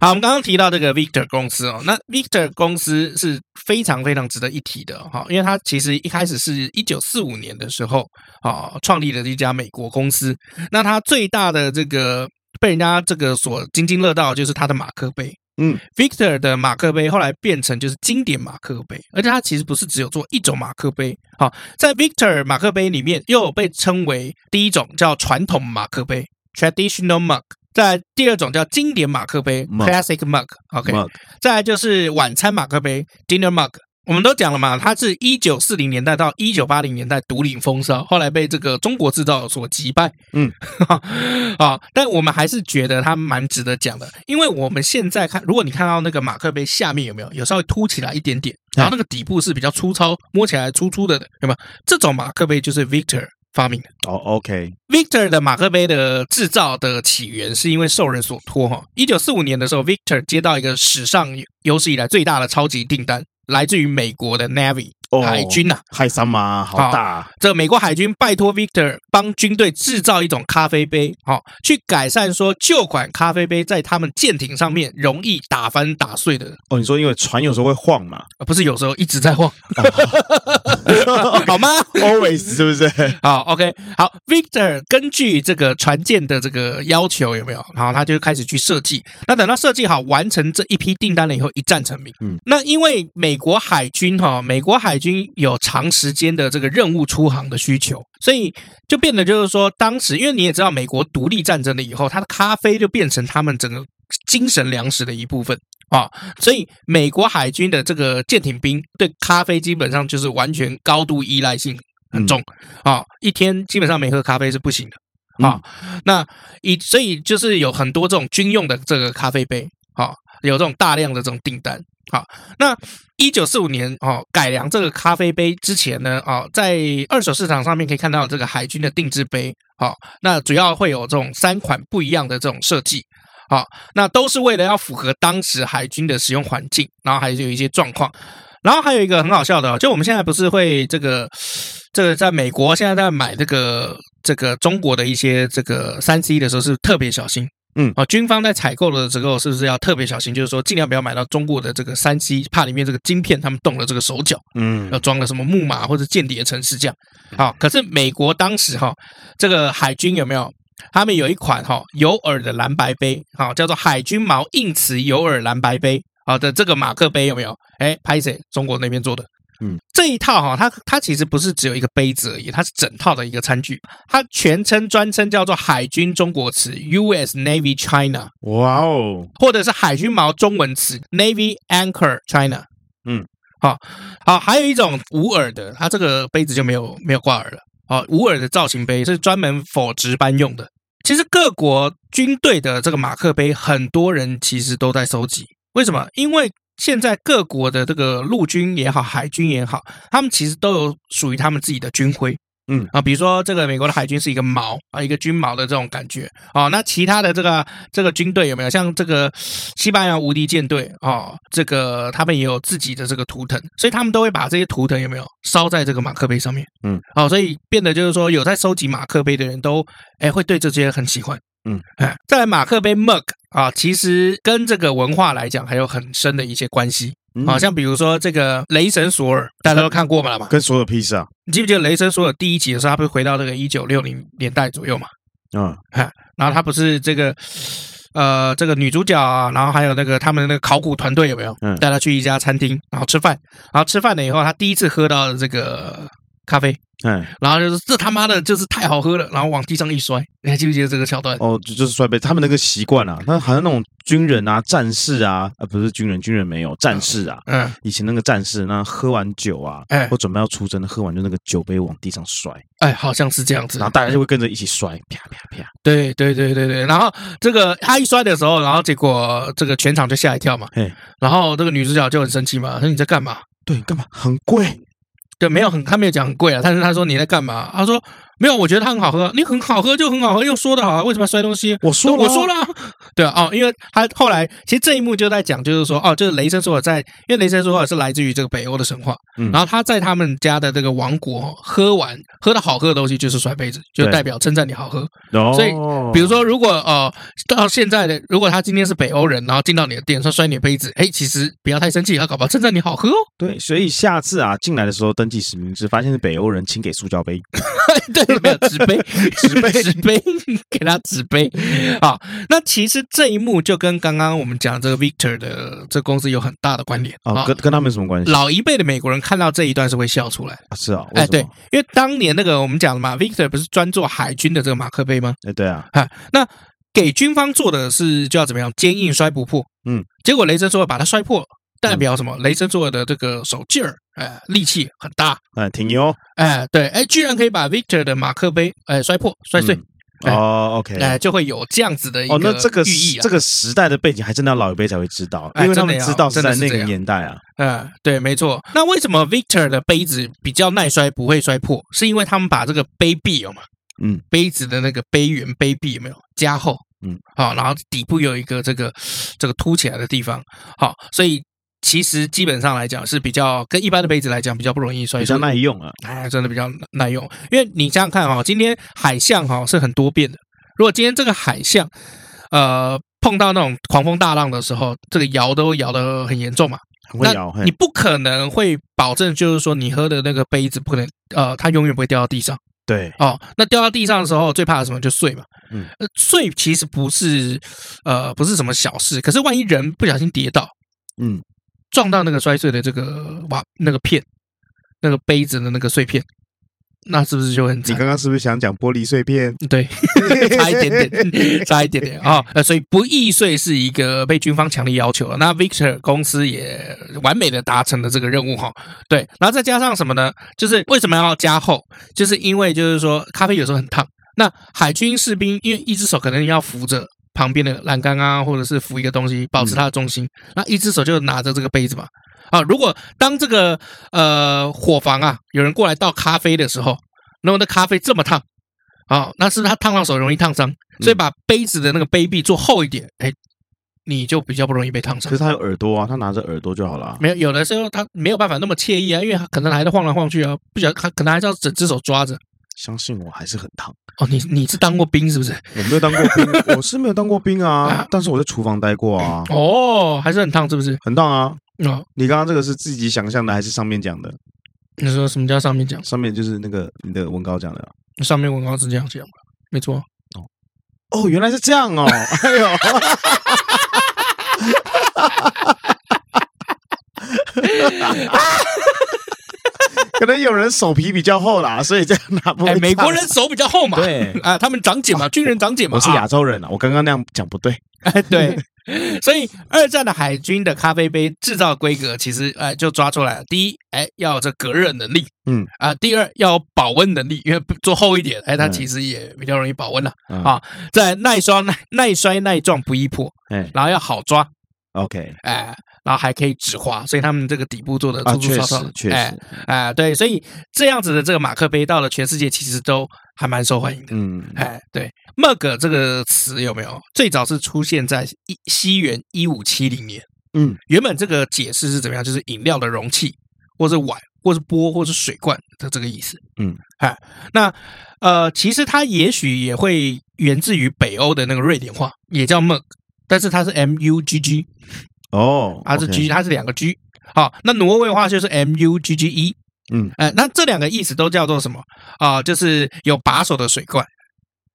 [SPEAKER 1] 好，我们刚刚提到这个 Victor 公司哦，那 Victor 公司是非常非常值得一提的哈、因为它其实一开始是一九四五年的时候啊、哦、创立了一家美国公司，那它最大的这个被人家这个所津津乐道就是它的马克杯。
[SPEAKER 2] 嗯
[SPEAKER 1] ，Victor 的马克杯后来变成就是经典马克杯，而且它其实不是只有做一种马克杯，好、在 Victor 马克杯里面，又有被称为第一种叫传统马克杯 （traditional mug），在第二种叫经典马克杯
[SPEAKER 2] Mug
[SPEAKER 1] （classic mug）。OK，
[SPEAKER 2] Mug
[SPEAKER 1] 再来就是晚餐马克杯 （dinner mug）。我们都讲了嘛，它是一九四零年代到一九八零年代独领风骚，后来被这个中国制造所击败。
[SPEAKER 2] 嗯，
[SPEAKER 1] 啊，但我们还是觉得它蛮值得讲的，因为我们现在看，如果你看到那个马克杯下面有没有有稍微凸起来一点点，然后那个底部是比较粗糙，摸起来粗粗的，有没有？这种马克杯就是 Victor 发明的。
[SPEAKER 2] 哦，OK，
[SPEAKER 1] Victor 的马克杯的制造的起源是因为受人所托哈。一九四五年的时候，Victor 接到一个史上有史以来最大的超级订单，来自于美国的 Navy
[SPEAKER 2] 哦，
[SPEAKER 1] 海军呐、啊。
[SPEAKER 2] 海三嘛，好大啊，
[SPEAKER 1] 这美国海军拜托 Victor 帮军队制造一种咖啡杯，好、去改善说旧款咖啡杯在他们舰艇上面容易打翻打碎的，
[SPEAKER 2] 哦，你说因为船有时候会晃嘛
[SPEAKER 1] 呃不是有时候一直在晃， 好吗？
[SPEAKER 2] ，always 是不是？
[SPEAKER 1] 好，OK，好，Victor 根据这个船舰的这个要求有没有？然后他就开始去设计。那等到设计好完成这一批订单了以后，一战成名。
[SPEAKER 2] 嗯，
[SPEAKER 1] 那因为美国海军哈、美国海军有长时间的这个任务出航的需求，所以就变得就是说，当时因为你也知道，美国独立战争了以后，它的咖啡就变成他们整个精神粮食的一部分。啊、所以美国海军的这个舰艇兵对咖啡基本上就是完全高度依赖性很重啊、一天基本上没喝咖啡是不行的啊、那以所以就是有很多这种军用的这个咖啡杯啊、有这种大量的这种订单啊、那一九四五年哦，改良这个咖啡杯之前呢，哦，在二手市场上面可以看到这个海军的定制杯，哦，那主要会有这种三款不一样的这种设计，好、那都是为了要符合当时海军的使用环境，然后还有一些状况。然后还有一个很好笑的、哦，就我们现在不是会这个，这个在美国现在在买这个这个中国的一些这个三 C 的时候是特别小心，
[SPEAKER 2] 嗯
[SPEAKER 1] 啊，军方在采购的时候是不是要特别小心？就是说尽量不要买到中国的这个三 C，怕里面这个晶片他们动了这个手脚。
[SPEAKER 2] 嗯
[SPEAKER 1] 要装了什么木马或者间谍城市这样。好、可是美国当时哈、这个海军有没有？他们有一款哈、有耳的蓝白杯，好、叫做海军毛硬瓷有耳蓝白杯，好、的这个马克杯有没有？哎，拍谁？中国那边做的。
[SPEAKER 2] 嗯，
[SPEAKER 1] 这一套哈、它它其实不是只有一个杯子而已，它是整套的一个餐具。它全称专称叫做海军中国瓷 （U.S. Navy China），
[SPEAKER 2] 哇哦，
[SPEAKER 1] 或者是海军毛中文词 Navy Anchor China。
[SPEAKER 2] 嗯，
[SPEAKER 1] 好，好，还有一种无耳的，它这个杯子就没有没有挂耳了。哦，无耳的造型杯是专门否值班用的。其实各国军队的这个马克杯，很多人其实都在收集。为什么？因为现在各国的这个陆军也好，海军也好，他们其实都有属于他们自己的军徽。
[SPEAKER 2] 嗯
[SPEAKER 1] 啊，比如说这个美国的海军是一个毛啊，一个军毛的这种感觉哦。那其他的这个这个军队有没有像这个西班牙无敌舰队哦？这个他们也有自己的这个图腾，所以他们都会把这些图腾有没有烧在这个马克杯上面？
[SPEAKER 2] 嗯，
[SPEAKER 1] 哦，所以变得就是说有在收集马克杯的人都哎会对这些很喜欢。
[SPEAKER 2] 嗯，
[SPEAKER 1] 哎，再来马克杯 mug 啊，其实跟这个文化来讲还有很深的一些关系。啊
[SPEAKER 2] 嗯
[SPEAKER 1] 好、像比如说这个雷神索尔，大家都看过嘛嘛，
[SPEAKER 2] 跟所有 piece 啊，
[SPEAKER 1] 你记不记得雷神索尔第一集的时候，他不是回到这个一九六零年代左右嘛？
[SPEAKER 2] 嗯
[SPEAKER 1] 然后他不是这个呃，这个女主角啊，然后还有那个他们那个考古团队有没有
[SPEAKER 2] 嗯
[SPEAKER 1] 带他去一家餐厅，然后吃饭，然后吃饭了以后，他第一次喝到这个咖啡，
[SPEAKER 2] 哎，
[SPEAKER 1] 然后就是这他妈的就是太好喝了，然后往地上一摔，你还记不记得这个桥段？
[SPEAKER 2] 哦，就就是摔杯，他们那个习惯啊，那好像那种军人啊、战士啊，啊不是军人，军人没有战士啊。
[SPEAKER 1] 嗯，
[SPEAKER 2] 以前那个战士，那喝完酒啊，
[SPEAKER 1] 哎
[SPEAKER 2] 或准备要出征，喝完就那个酒杯往地上摔，
[SPEAKER 1] 哎，好像是这样子
[SPEAKER 2] 然后。大家就会跟着一起摔，啪啪啪。
[SPEAKER 1] 对对对对对，然后这个哎他一摔的时候，然后结果这个全场就吓一跳嘛
[SPEAKER 2] 嘿，
[SPEAKER 1] 然后这个女主角就很生气嘛，说你在干嘛？
[SPEAKER 2] 对，干嘛？很贵，
[SPEAKER 1] 对，没有很，他没有讲很贵啊，但是他说你在干嘛？他说没有，我觉得它很好喝，你很好喝就很好喝，又说的好啊，为什么要摔东西？
[SPEAKER 2] 我说了
[SPEAKER 1] 我说了啊，对啊，哦，因为他后来其实这一幕就在讲，就是说哦，就是雷神索尔在，因为雷神索尔是来自于这个北欧的神话，
[SPEAKER 2] 嗯
[SPEAKER 1] 然后他在他们家的这个王国哦喝完喝的好喝的东西就是摔杯子，就
[SPEAKER 2] 对
[SPEAKER 1] 代表称赞你好喝。
[SPEAKER 2] 哦，
[SPEAKER 1] 所以比如说，如果呃到现在的，如果他今天是北欧人，然后进到你的店说摔你的杯子，哎，其实不要太生气，他搞不好称赞你好喝哦。
[SPEAKER 2] 对，所以下次啊进来的时候登记实名制，发现是北欧人，请给塑胶杯。
[SPEAKER 1] 对，没有纸 杯，
[SPEAKER 2] 纸杯
[SPEAKER 1] 纸杯， 给他纸杯。好，那其实这一幕就跟刚刚我们讲这个 Victor 的这公司有很大的关联
[SPEAKER 2] 哦，
[SPEAKER 1] 啊。
[SPEAKER 2] 跟跟他们有什么关系？
[SPEAKER 1] 老一辈的美国人看到这一段是会笑出来，
[SPEAKER 2] 啊是啊，为
[SPEAKER 1] 哎，
[SPEAKER 2] 什
[SPEAKER 1] 对
[SPEAKER 2] 么，
[SPEAKER 1] 因为当年那个我们讲的嘛，Victor 不是专做海军的这个马克杯吗？
[SPEAKER 2] 哎对啊，
[SPEAKER 1] 啊，那给军方做的是就要怎么样，坚硬摔不破。
[SPEAKER 2] 嗯，
[SPEAKER 1] 结果雷神说把它摔破了，代表什么？雷神做的这个手劲儿，哎，力气很大，
[SPEAKER 2] 哎，挺牛，
[SPEAKER 1] 哎，对，哎，居然可以把 Victor 的马克杯，哎，摔破、摔碎，
[SPEAKER 2] 嗯哦，OK，
[SPEAKER 1] 哎，就会有这样子的一
[SPEAKER 2] 哦，那这个
[SPEAKER 1] 寓意啊。
[SPEAKER 2] 这个时代的背景还真的要老一辈才会知道，
[SPEAKER 1] 哎
[SPEAKER 2] 因为他们
[SPEAKER 1] 真的要
[SPEAKER 2] 知道是在
[SPEAKER 1] 真的
[SPEAKER 2] 那
[SPEAKER 1] 是这
[SPEAKER 2] 个
[SPEAKER 1] 样
[SPEAKER 2] 年代啊。
[SPEAKER 1] 嗯，对，没错。那为什么 Victor 的杯子比较耐摔，不会摔破？是因为他们把这个杯壁有嘛，
[SPEAKER 2] 嗯，
[SPEAKER 1] 杯子的那个杯缘、杯壁有没有加厚？
[SPEAKER 2] 嗯，
[SPEAKER 1] 好，然后底部有一个这个这个凸起来的地方，好，所以其实基本上来讲是比较跟一般的杯子来讲比较不容易摔
[SPEAKER 2] 比
[SPEAKER 1] 碎
[SPEAKER 2] 较，耐用啊。
[SPEAKER 1] 哎，真的比较耐用。因为你想想看哈、今天海象哈、是很多变的。如果今天这个海象，呃，碰到那种狂风大浪的时候，这个摇都摇得很严重嘛。
[SPEAKER 2] 很会摇，
[SPEAKER 1] 那
[SPEAKER 2] 嘿
[SPEAKER 1] 你不可能会保证，就是说你喝的那个杯子不可能，呃，它永远不会掉到地上
[SPEAKER 2] 对，
[SPEAKER 1] 哦。那掉到地上的时候，最怕的什么就碎嘛。
[SPEAKER 2] 嗯
[SPEAKER 1] 呃，碎其实不是，呃，不是什么小事。可是万一人不小心跌倒，
[SPEAKER 2] 嗯，
[SPEAKER 1] 撞到那个摔碎的这个瓦那个片，那个杯子的那个碎片，那是不是就很
[SPEAKER 2] 你
[SPEAKER 1] 惨？
[SPEAKER 2] 刚刚是不是想讲玻璃 碎片？
[SPEAKER 1] 对，差一点点，差一点点啊、哦呃，所以不易碎是一个被军方强力要求了。那 Victor 公司也完美的达成了这个任务哈、对，然后再加上什么呢？就是为什么要加厚？就是因为就是说咖啡有时候很烫，那海军士兵因为一只手可能要扶着。旁边的栏杆啊，或者是扶一个东西，保持它的重心。那一只手就拿着这个杯子嘛。啊，如果当这个呃伙房啊，有人过来倒咖啡的时候，然后那咖啡这么烫，啊，那是他烫到手容易烫伤，所以把杯子的那个杯壁做厚一点，哎，你就比较不容易被烫
[SPEAKER 2] 可
[SPEAKER 1] 伤
[SPEAKER 2] 是。他有耳朵啊，他拿着耳朵就好了啊。
[SPEAKER 1] 没有，有的时候他没有办法那么惬意啊，因为他可能还在晃来晃去啊，不晓他可能还是要整只手抓着。
[SPEAKER 2] 相信我还是很烫。
[SPEAKER 1] 哦，你你是当过兵是不是？
[SPEAKER 2] 我没有当过兵，我是没有当过兵 啊，但是我在厨房待过啊，
[SPEAKER 1] 哦，还是很烫是不是？
[SPEAKER 2] 很烫啊。
[SPEAKER 1] 哦，
[SPEAKER 2] 你刚刚这个是自己想象的还是上面讲的？
[SPEAKER 1] 你说什么叫上面讲？
[SPEAKER 2] 上面就是那个你的文稿讲的啊。
[SPEAKER 1] 上面文稿是这样讲的，没错。
[SPEAKER 2] 哦，原来是这样哦！ 哎呦，可能有人手皮比较厚啦，所以这样拿不会
[SPEAKER 1] 哎，
[SPEAKER 2] 烫。
[SPEAKER 1] 美国人手比较厚嘛，
[SPEAKER 2] 对
[SPEAKER 1] 啊，他们长茧嘛，军人长茧嘛，
[SPEAKER 2] 我是
[SPEAKER 1] 啊
[SPEAKER 2] 亚洲人啊，我刚刚那样讲不对。
[SPEAKER 1] 哎， 对，所以二战的海军的咖啡杯制造规格，其实哎、呃就抓出来了。第一，哎、要有这隔热能力，
[SPEAKER 2] 嗯
[SPEAKER 1] 啊、第二要有保温能力，因为做厚一点，哎、它
[SPEAKER 2] 嗯
[SPEAKER 1] 其实也比较容易保温了、
[SPEAKER 2] 嗯
[SPEAKER 1] 啊。再来耐摔耐耐摔耐撞不易破，
[SPEAKER 2] 哎
[SPEAKER 1] 然后要好抓，
[SPEAKER 2] ，OK
[SPEAKER 1] 哎、然后还可以止滑，所以他们这个底部做的
[SPEAKER 2] 啊，
[SPEAKER 1] 粗粗
[SPEAKER 2] 确
[SPEAKER 1] 糙糙
[SPEAKER 2] 实
[SPEAKER 1] 的，
[SPEAKER 2] 确
[SPEAKER 1] 哎
[SPEAKER 2] 实，
[SPEAKER 1] 哎、对，所以这样子的这个马克杯到了全世界其实都还蛮受欢迎的。
[SPEAKER 2] 嗯，
[SPEAKER 1] 哎，对，mug 这个词有没有？最早是出现在一西元一五七零年。
[SPEAKER 2] 嗯，
[SPEAKER 1] 原本这个解释是怎么样？就是饮料的容器，或是碗，或是钵，或是水罐的这个意思。
[SPEAKER 2] 嗯，
[SPEAKER 1] 哎，那呃，其实它也许也会源自于北欧的那个瑞典话，也叫 mug，但是它是 m u g g，
[SPEAKER 2] 哦，
[SPEAKER 1] 它是
[SPEAKER 2] OK
[SPEAKER 1] g，它是两个 g。好，那挪威话就是 m u g g e。
[SPEAKER 2] 嗯，
[SPEAKER 1] 哎，那这两个意思都叫做什么啊、就是有把手的水罐。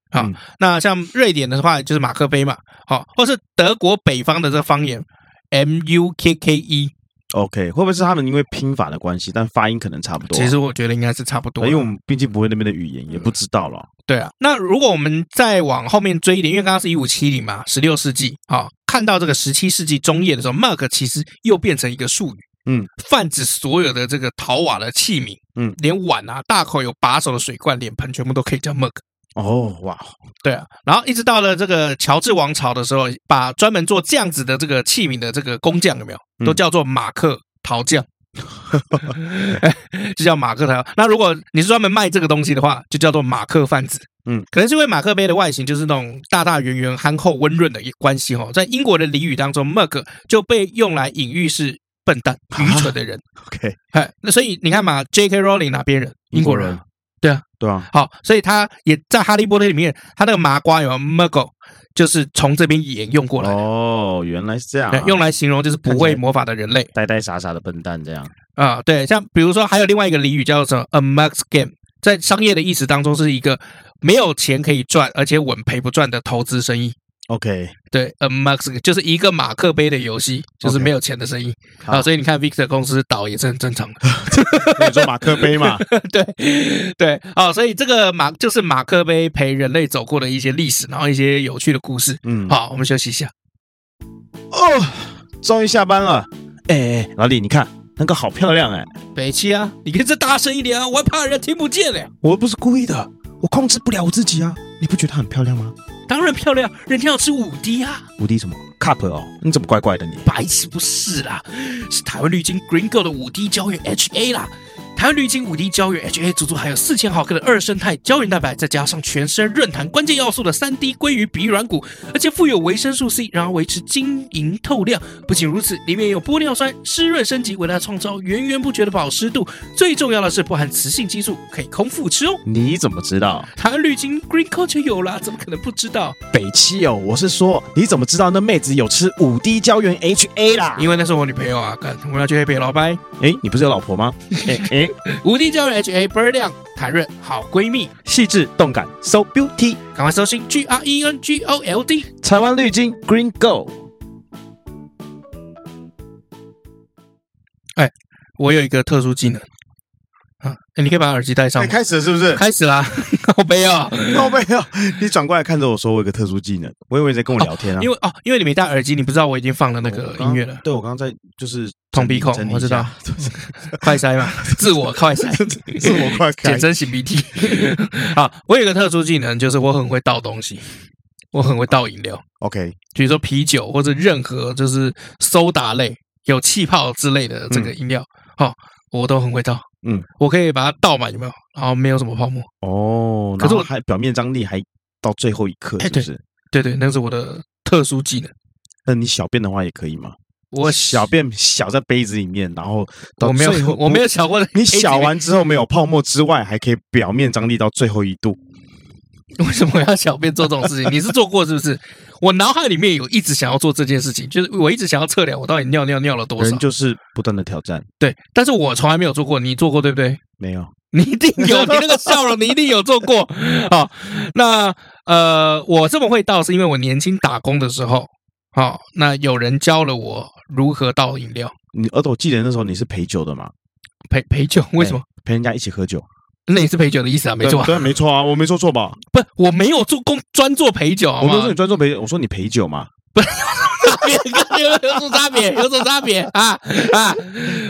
[SPEAKER 1] 好、
[SPEAKER 2] 嗯
[SPEAKER 1] 那像瑞典的话就是马克杯嘛，好、或是德国北方的这方言 M U K K E，
[SPEAKER 2] OK，会不会是他们因为拼法的关系，但发音可能差不多啊？哎
[SPEAKER 1] 其实我觉得应该是差不多
[SPEAKER 2] 对
[SPEAKER 1] 的。
[SPEAKER 2] 因为我们毕竟不会那边的语言，也不知道了。
[SPEAKER 1] 对啊，那如果我们再往后面追一点，因为刚刚是一五七零嘛，十六世纪啊、看到这个十七世纪中叶的时候，mug 其实又变成一个术语，
[SPEAKER 2] 嗯，
[SPEAKER 1] 泛指所有的这个陶瓦的器皿，
[SPEAKER 2] 嗯，
[SPEAKER 1] 连碗啊、大口有把手的水罐、脸盆，全部都可以叫 mug。
[SPEAKER 2] 哦，哇，
[SPEAKER 1] 对啊，然后一直到了这个乔治王朝的时候，把专门做这样子的这个器皿的这个工匠有没有，
[SPEAKER 2] 嗯
[SPEAKER 1] 都叫做马克陶 匠，就叫马克陶。那如果你是专门卖这个东西的话，就叫做马克贩子。
[SPEAKER 2] 嗯，
[SPEAKER 1] 可能是因为马克杯的外形就是那种大大圆圆、憨厚温润的一个关系哦，在英国的俚语当中，mug 就被用来隐喻是笨蛋、愚蠢的人。
[SPEAKER 2] ，OK，
[SPEAKER 1] 哎，那所以你看嘛，J.K. Rowling 哪边人？英国人啊。
[SPEAKER 2] 对啊，
[SPEAKER 1] 好，所以他也在《哈利波特》里面，他那个麻瓜有 muggle，就是从这边沿用过来的，
[SPEAKER 2] 哦，原来是这样啊
[SPEAKER 1] 对，用来形容就是不
[SPEAKER 2] 看起
[SPEAKER 1] 会
[SPEAKER 2] 来
[SPEAKER 1] 魔法的人类
[SPEAKER 2] 呆呆傻傻的笨蛋这样。
[SPEAKER 1] 啊、对，像比如说还有另外一个俚语叫做 a mug's game，在商业的意思当中是一个没有钱可以赚，而且稳赔不赚的投资生意。
[SPEAKER 2] OK，
[SPEAKER 1] 对，a mug's game 就是一个马克杯的游戏，就是
[SPEAKER 2] OK
[SPEAKER 1] 没有钱的生意啊、
[SPEAKER 2] 好
[SPEAKER 1] 所以你看 Victor 公司倒也是很正常的。
[SPEAKER 2] 那你说马克杯 嘛？
[SPEAKER 1] 对对，哦，所以这个马就是马克杯陪人类走过的一些历史，然后一些有趣的故事。
[SPEAKER 2] 嗯，
[SPEAKER 1] 好，我们休息一下。
[SPEAKER 2] 哦，终于下班了。哎、哎，老李，你看那个好漂亮哎、
[SPEAKER 1] 北七啊，你可以再大声一点啊，我还怕人家听不见嘞。
[SPEAKER 2] 我又不是故意的，我控制不了我自己啊！你不觉得她很漂亮吗？
[SPEAKER 1] 当然漂亮，人家要吃五滴啊，
[SPEAKER 2] 五 D 什么 cup 哦？你怎么怪怪的你？
[SPEAKER 1] 白痴不是啦，是台湾绿金 Green Gold 的五滴胶原 HA 啦。台湾绿金五滴胶原 HA 足足含有四千毫克的二生态胶原蛋白，再加上全身润弹关键要素的三 D 鲑鱼鼻软骨，而且富有维生素 C，让它维持晶莹透亮。不仅如此，里面有玻尿酸湿润升级，为它创造源源不绝的保湿度。最重要的是，不含雌性激素，可以空腹吃哦。
[SPEAKER 2] 你怎么知道？
[SPEAKER 1] 台湾绿金 Green Gold 就有啦，怎么可能不知道？
[SPEAKER 2] 北七哦，我是说，你怎么知道那妹子有吃五 D 胶原 HA 啦？
[SPEAKER 1] 因为那是我女朋友啊，干，我要去黑北老白。
[SPEAKER 2] 哎，你不是有老婆 吗？哎哎，
[SPEAKER 1] 五 D 胶原 HA 倍儿亮，弹润好闺蜜，
[SPEAKER 2] 细致动感，so beauty，
[SPEAKER 1] 赶快搜寻 G R E N G O L D。
[SPEAKER 2] 台湾绿金 Green Go。
[SPEAKER 1] 我有一个特殊技能啊，哎你可以把耳机戴上
[SPEAKER 2] 哎，
[SPEAKER 1] 吗。
[SPEAKER 2] 开始了是不是？
[SPEAKER 1] 开始 啦，好悲啊！
[SPEAKER 2] 靠背啊！你转过来看着我说，我有个特殊技能，我以为你在跟我聊天啊。
[SPEAKER 1] 因为哦，因为你没戴耳机，你不知道我已经放了那
[SPEAKER 2] 我
[SPEAKER 1] 个
[SPEAKER 2] 刚
[SPEAKER 1] 音乐了，
[SPEAKER 2] 对，我刚刚在就是
[SPEAKER 1] 捅鼻孔
[SPEAKER 2] 哦整理一
[SPEAKER 1] 我知道
[SPEAKER 2] 下，
[SPEAKER 1] 快塞 嘛，自我快塞，
[SPEAKER 2] 是我快 开
[SPEAKER 1] 简。称擤 鼻涕。好，我有一个特殊技能，就是我很会倒东西，我很会倒饮料，
[SPEAKER 2] OK，
[SPEAKER 1] 比如说啤酒或者任何就是 soda 类有气泡之类的这个饮料，哦，我都很会倒。
[SPEAKER 2] 嗯，
[SPEAKER 1] 我可以把它倒满，有没有？然后没有什么泡沫。
[SPEAKER 2] 哦，
[SPEAKER 1] 可是
[SPEAKER 2] 然后
[SPEAKER 1] 我
[SPEAKER 2] 还表面张力还到最后一刻，
[SPEAKER 1] 哎
[SPEAKER 2] 是不是？
[SPEAKER 1] 对对，那是我的特殊技能。
[SPEAKER 2] 那你小便的话也可以吗？
[SPEAKER 1] 我
[SPEAKER 2] 小便小在杯子里面，然后到
[SPEAKER 1] 我没有
[SPEAKER 2] 最后
[SPEAKER 1] 我没有想过
[SPEAKER 2] 你小完之后没有泡沫之外，还可以表面张力到最后一度。
[SPEAKER 1] 为什么要小便做这种事情？你是做过是不是？我脑海里面有一直想要做这件事情，就是我一直想要测量我到底尿尿尿了多少
[SPEAKER 2] 人。就是不断的挑战，
[SPEAKER 1] 对，但是我从来没有做过，你做过对不对？
[SPEAKER 2] 没有
[SPEAKER 1] 你一定有，你那个笑容，你一定有做过。 好，那呃，我这么会倒，是因为我年轻打工的时候，好，那有人教了我如何倒饮料，
[SPEAKER 2] 你，而且我记得那时候你是陪酒的嘛，
[SPEAKER 1] 陪陪酒。为什么？
[SPEAKER 2] 陪人家一起喝酒，
[SPEAKER 1] 那也是陪酒的意思啊，没
[SPEAKER 2] 对
[SPEAKER 1] 错、啊。
[SPEAKER 2] 对，没错啊，我没说错吧？
[SPEAKER 1] 不，我没有做工，专做陪酒，好
[SPEAKER 2] 我没有说
[SPEAKER 1] 吗
[SPEAKER 2] 你？专注陪，我说你陪酒嘛。
[SPEAKER 1] 有有什么差别？有什么差别啊啊？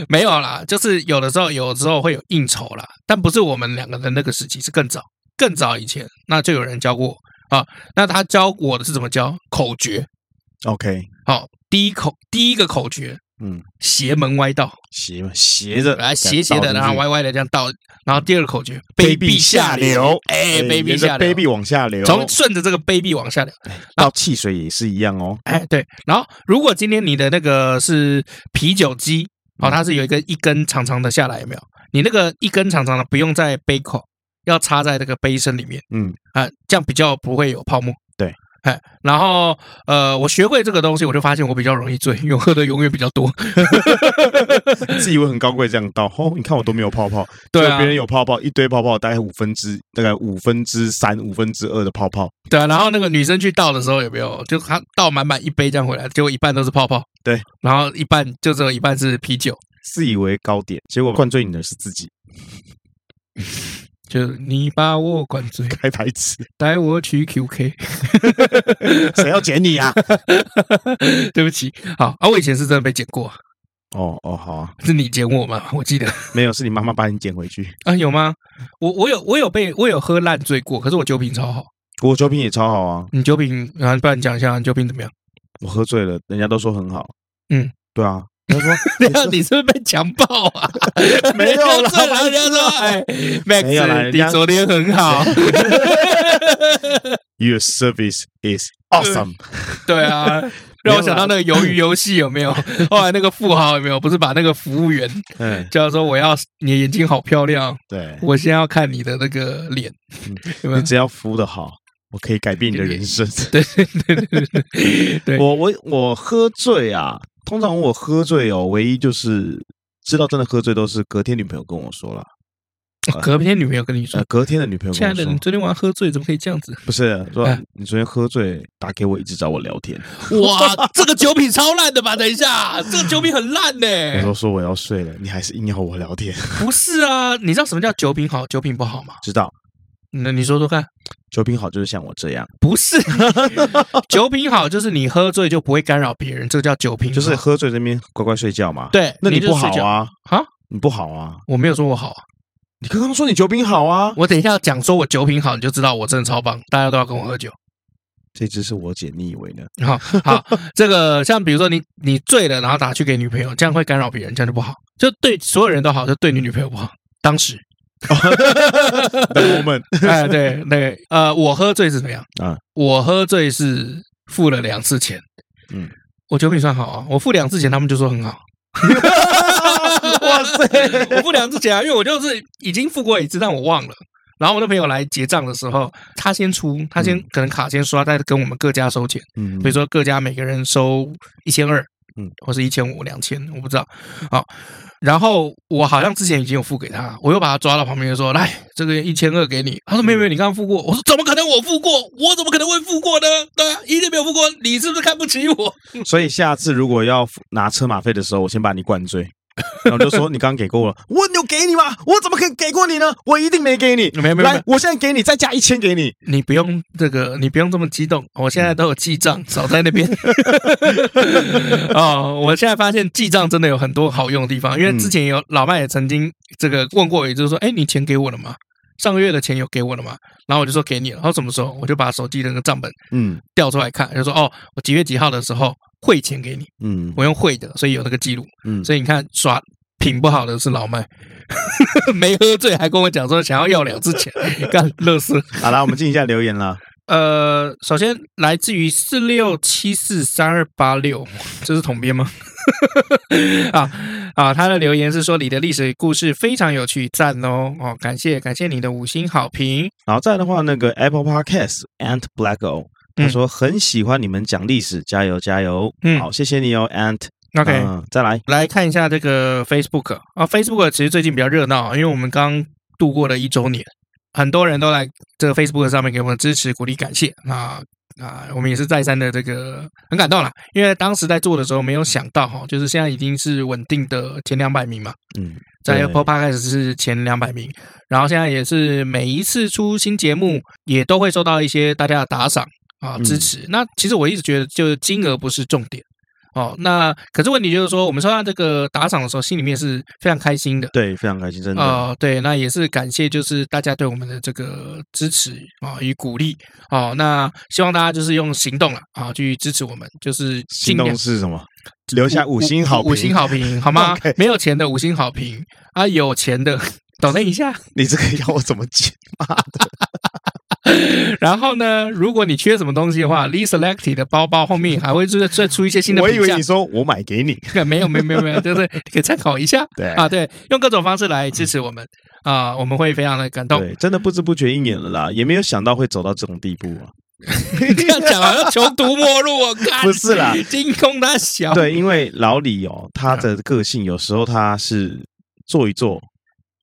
[SPEAKER 1] 没有啦，就是有的时候，有时候会有应酬啦，但不是我们两个人那个时期，是更早更早以前，那就有人教过我啊。那他教我的是怎么教？口诀，
[SPEAKER 2] OK，
[SPEAKER 1] 好、第一口第一个口诀，
[SPEAKER 2] 嗯，
[SPEAKER 1] 邪门歪道，
[SPEAKER 2] 斜嘛，斜着
[SPEAKER 1] 来哎斜斜的，然后，歪歪的这样倒。然后第二个口诀，
[SPEAKER 2] 卑
[SPEAKER 1] 鄙
[SPEAKER 2] 鄙下流，
[SPEAKER 1] 哎，卑鄙
[SPEAKER 2] 沿着
[SPEAKER 1] 下流，
[SPEAKER 2] 卑鄙往下流，
[SPEAKER 1] 从顺着这个卑鄙往下流。
[SPEAKER 2] 到汽水也是一样哦。
[SPEAKER 1] 哎，对。然后如果今天你的那个是啤酒机，哦，它是有一个一根长长的下来，有没有？你那个一根长长的不用在杯口，要插在那个杯身里面
[SPEAKER 2] 嗯，
[SPEAKER 1] 啊、这样比较不会有泡沫。
[SPEAKER 2] 对。
[SPEAKER 1] 哎，然后呃，我学会这个东西，我就发现我比较容易醉，因为我喝的永远比较多。
[SPEAKER 2] 自以为很高贵这样倒，哦，你看我都没有泡泡，
[SPEAKER 1] 对
[SPEAKER 2] 就
[SPEAKER 1] 啊
[SPEAKER 2] 别，人有泡泡，一堆泡泡，大概五分之大概五分之三、五分之二的泡泡，
[SPEAKER 1] 对啊。然后那个女生去倒的时候，有没有就她倒满满一杯这样回来，结果一半都是泡泡。
[SPEAKER 2] 对。
[SPEAKER 1] 然后一半就只有一半是啤酒，
[SPEAKER 2] 自以为高点，结果灌醉你的是自己，
[SPEAKER 1] 就是你把我灌醉，
[SPEAKER 2] 开白痴，
[SPEAKER 1] 带我去 QK。
[SPEAKER 2] 谁要捡你啊？
[SPEAKER 1] 对不起，好啊，我以前是真的被剪过，
[SPEAKER 2] 哦哦，好啊，
[SPEAKER 1] 是你剪我吗？我记得
[SPEAKER 2] 没有，是你妈妈把你捡回去。
[SPEAKER 1] 啊，有吗？我我有我有被我有喝烂醉过，可是我酒品超好。
[SPEAKER 2] 我酒品也超好啊，
[SPEAKER 1] 你酒品啊，不然你讲一下你酒品怎么样？
[SPEAKER 2] 我喝醉了，人家都说很好。
[SPEAKER 1] 嗯，
[SPEAKER 2] 对啊，他说
[SPEAKER 1] 对啊，你是不是被强暴啊？
[SPEAKER 2] 没有啦
[SPEAKER 1] 人家醉了人家说哎
[SPEAKER 2] 没有啦
[SPEAKER 1] ，Max，
[SPEAKER 2] 人家
[SPEAKER 1] 你昨天很 好。
[SPEAKER 2] Your service is awesome。
[SPEAKER 1] 对啊， 让我想到那个鱿鱼游戏有 没有？后来那个富豪有没有？不是把那个服务员
[SPEAKER 2] 嗯，
[SPEAKER 1] 叫他说我要你的眼睛好漂亮，
[SPEAKER 2] 对，
[SPEAKER 1] 我先要看你的那个脸，
[SPEAKER 2] 嗯
[SPEAKER 1] 有没有
[SPEAKER 2] 你？只要服务的好，我可以改变你的人生。
[SPEAKER 1] 对对对对对对，
[SPEAKER 2] 我我我喝醉啊，通常我喝醉哦，唯一就是知道真的喝醉都是隔天女朋友跟我说了，
[SPEAKER 1] 隔天女朋友跟你说
[SPEAKER 2] 呃，隔天的女朋：“友
[SPEAKER 1] 亲
[SPEAKER 2] 跟
[SPEAKER 1] 爱
[SPEAKER 2] 我
[SPEAKER 1] 的，
[SPEAKER 2] 说
[SPEAKER 1] 你，昨天晚上喝醉，怎么可以这样子
[SPEAKER 2] 不是说
[SPEAKER 1] 哎
[SPEAKER 2] 你昨天喝醉打给我，一直找我聊天，？”
[SPEAKER 1] 哇，这个酒品超烂的吧？等一下，这个酒品很烂呢、
[SPEAKER 2] 我说说我要睡了，你还是硬要我聊天，
[SPEAKER 1] 不是啊，你知道什么叫酒品好，酒品不好吗？
[SPEAKER 2] 知道？
[SPEAKER 1] 那你说说看。
[SPEAKER 2] 酒品好就是像我这样，
[SPEAKER 1] 不 是酒品好，就是你喝醉就不会干扰别人，这叫酒品好。
[SPEAKER 2] 就是喝醉那边乖乖睡觉嘛。，
[SPEAKER 1] 对，
[SPEAKER 2] 那你
[SPEAKER 1] 就是
[SPEAKER 2] 不好
[SPEAKER 1] 睡觉
[SPEAKER 2] 啊，
[SPEAKER 1] 啊！
[SPEAKER 2] 你不好啊。
[SPEAKER 1] 我没有说我好啊，
[SPEAKER 2] 你刚刚说你酒品好啊，
[SPEAKER 1] 我等一下讲说我酒品好，你就知道我真的超棒，大家都要跟我喝酒。
[SPEAKER 2] 这只是我姐，你以为呢？
[SPEAKER 1] 好好， 这个像比如说你你醉了，然后打去给女朋友，这样会干扰别人，这样就不好，就对所有人都好，就对你女朋友不好。当时，
[SPEAKER 2] 等我们
[SPEAKER 1] 哎，对，那个呃，我喝醉是怎么样
[SPEAKER 2] 啊？
[SPEAKER 1] 我喝醉是付了两次钱，
[SPEAKER 2] 嗯，
[SPEAKER 1] 我酒品算好啊，我付两次钱，他们就说很好。
[SPEAKER 2] 哇塞，
[SPEAKER 1] 我付两次钱啊，因为我就是已经付过一次，但我忘了。然后我的朋友来结账的时候，他先出，他先可能卡先刷，再跟我们各家收钱。
[SPEAKER 2] 嗯
[SPEAKER 1] 比如说各家每个人收一千二，
[SPEAKER 2] 嗯
[SPEAKER 1] 嗯，或是一千五、两千，我不知道。好，然后我好像之前已经有付给他，我又把他抓到旁边说：“来，这个一千二给你。”他说：“
[SPEAKER 2] 嗯
[SPEAKER 1] 没有没有，你刚刚付过。”我说：“怎么可能我付过？我怎么可能会付过呢？对啊，一定没有付过。你是不是看不起我？
[SPEAKER 2] 所以下次如果要拿车马费的时候，我先把你灌醉，然后就说你刚刚给过我了，我有给你吗？我怎么可以给过你呢？我一定没给你。
[SPEAKER 1] 没有没有没
[SPEAKER 2] 来
[SPEAKER 1] 有，，
[SPEAKER 2] 我现在给你，再加一千给你。
[SPEAKER 1] 你不用这个，你不用这么激动。我现在都有记账，少在那边。哦，我现在发现记账真的有很多好用的地方，因为之前有老麦也曾经这个问过我，也就是说，哎，你钱给我了吗？上个月的钱有给我了吗？然后我就说给你了。然后什么时候？我就把手机的那个账本
[SPEAKER 2] 嗯
[SPEAKER 1] 调出来看，就说哦，我几月几号的时候汇钱给你，
[SPEAKER 2] 嗯
[SPEAKER 1] 我用汇的，所以有那个记录。
[SPEAKER 2] 嗯，
[SPEAKER 1] 所以你看，耍品不好的是老麦， 没喝醉还跟我讲说想要要两次钱，干乐死
[SPEAKER 2] 好啦，我们进一下留言啦。
[SPEAKER 1] 呃，首先来自于四六七四三二八六，这是统编吗？ 啊啊，他的留言是说你的历史故事非常有趣，赞哦哦，感谢感谢你的五星好评，
[SPEAKER 2] 然后再来的话，那个 Apple Podcast Ant Black O 他说很喜欢你们讲历史，加油加油。
[SPEAKER 1] 嗯
[SPEAKER 2] 好，谢谢你哦，Ant。
[SPEAKER 1] OK，、
[SPEAKER 2] 嗯再来，
[SPEAKER 1] 来看一下这个 Facebook 啊，Facebook 其实最近比较热闹，因为我们刚度过了一周年，很多人都来这个 Facebook 上面给我们支持、鼓励、感谢啊啊，我们也是再三的这个很感动啦，因为当时在做的时候没有想到哈，就是现在已经是稳定的前两百名嘛，
[SPEAKER 2] 嗯，
[SPEAKER 1] 在
[SPEAKER 2] 对
[SPEAKER 1] Apple Podcast 是前两百名，然后现在也是每一次出新节目，也都会受到一些大家的打赏啊
[SPEAKER 2] 嗯
[SPEAKER 1] 支持。那其实我一直觉得，就是金额不是重点哦。那可是问题就是说，我们收到这个打赏的时候，心里面是非常开心的。
[SPEAKER 2] 对，非常开心，真的。
[SPEAKER 1] 哦，对，那也是感谢，就是大家对我们的这个支持啊、与鼓励哦。那希望大家就是用行动了啊、去支持我们，就是
[SPEAKER 2] 心
[SPEAKER 1] 尽量
[SPEAKER 2] 动是什么？留下五星好评。
[SPEAKER 1] 五星好评好吗
[SPEAKER 2] OK
[SPEAKER 1] 没有钱的五星好评啊，有钱的 等了一下。
[SPEAKER 2] 你这个要我怎么接？
[SPEAKER 1] 然后呢，如果你缺什么东西的话 l e s e l e c t 的包包后面还会再再出一些新的
[SPEAKER 2] 我以
[SPEAKER 1] 品
[SPEAKER 2] 为
[SPEAKER 1] 相
[SPEAKER 2] 你。说我买给你。 哎
[SPEAKER 1] 没有没有没有没有，就是可以参考一 下
[SPEAKER 2] 对
[SPEAKER 1] 啊，对，用各种方式来支持我们啊，我们会非常的感动。
[SPEAKER 2] 对，真的不知不觉一年了啦，也没有想到会走到这种地步啊。
[SPEAKER 1] 这样 讲好像穷途末路，我看
[SPEAKER 2] 不是啦，
[SPEAKER 1] 金空他小，
[SPEAKER 2] 对，因为老李哦，
[SPEAKER 1] 嗯
[SPEAKER 2] 他的个性有时候他是做一做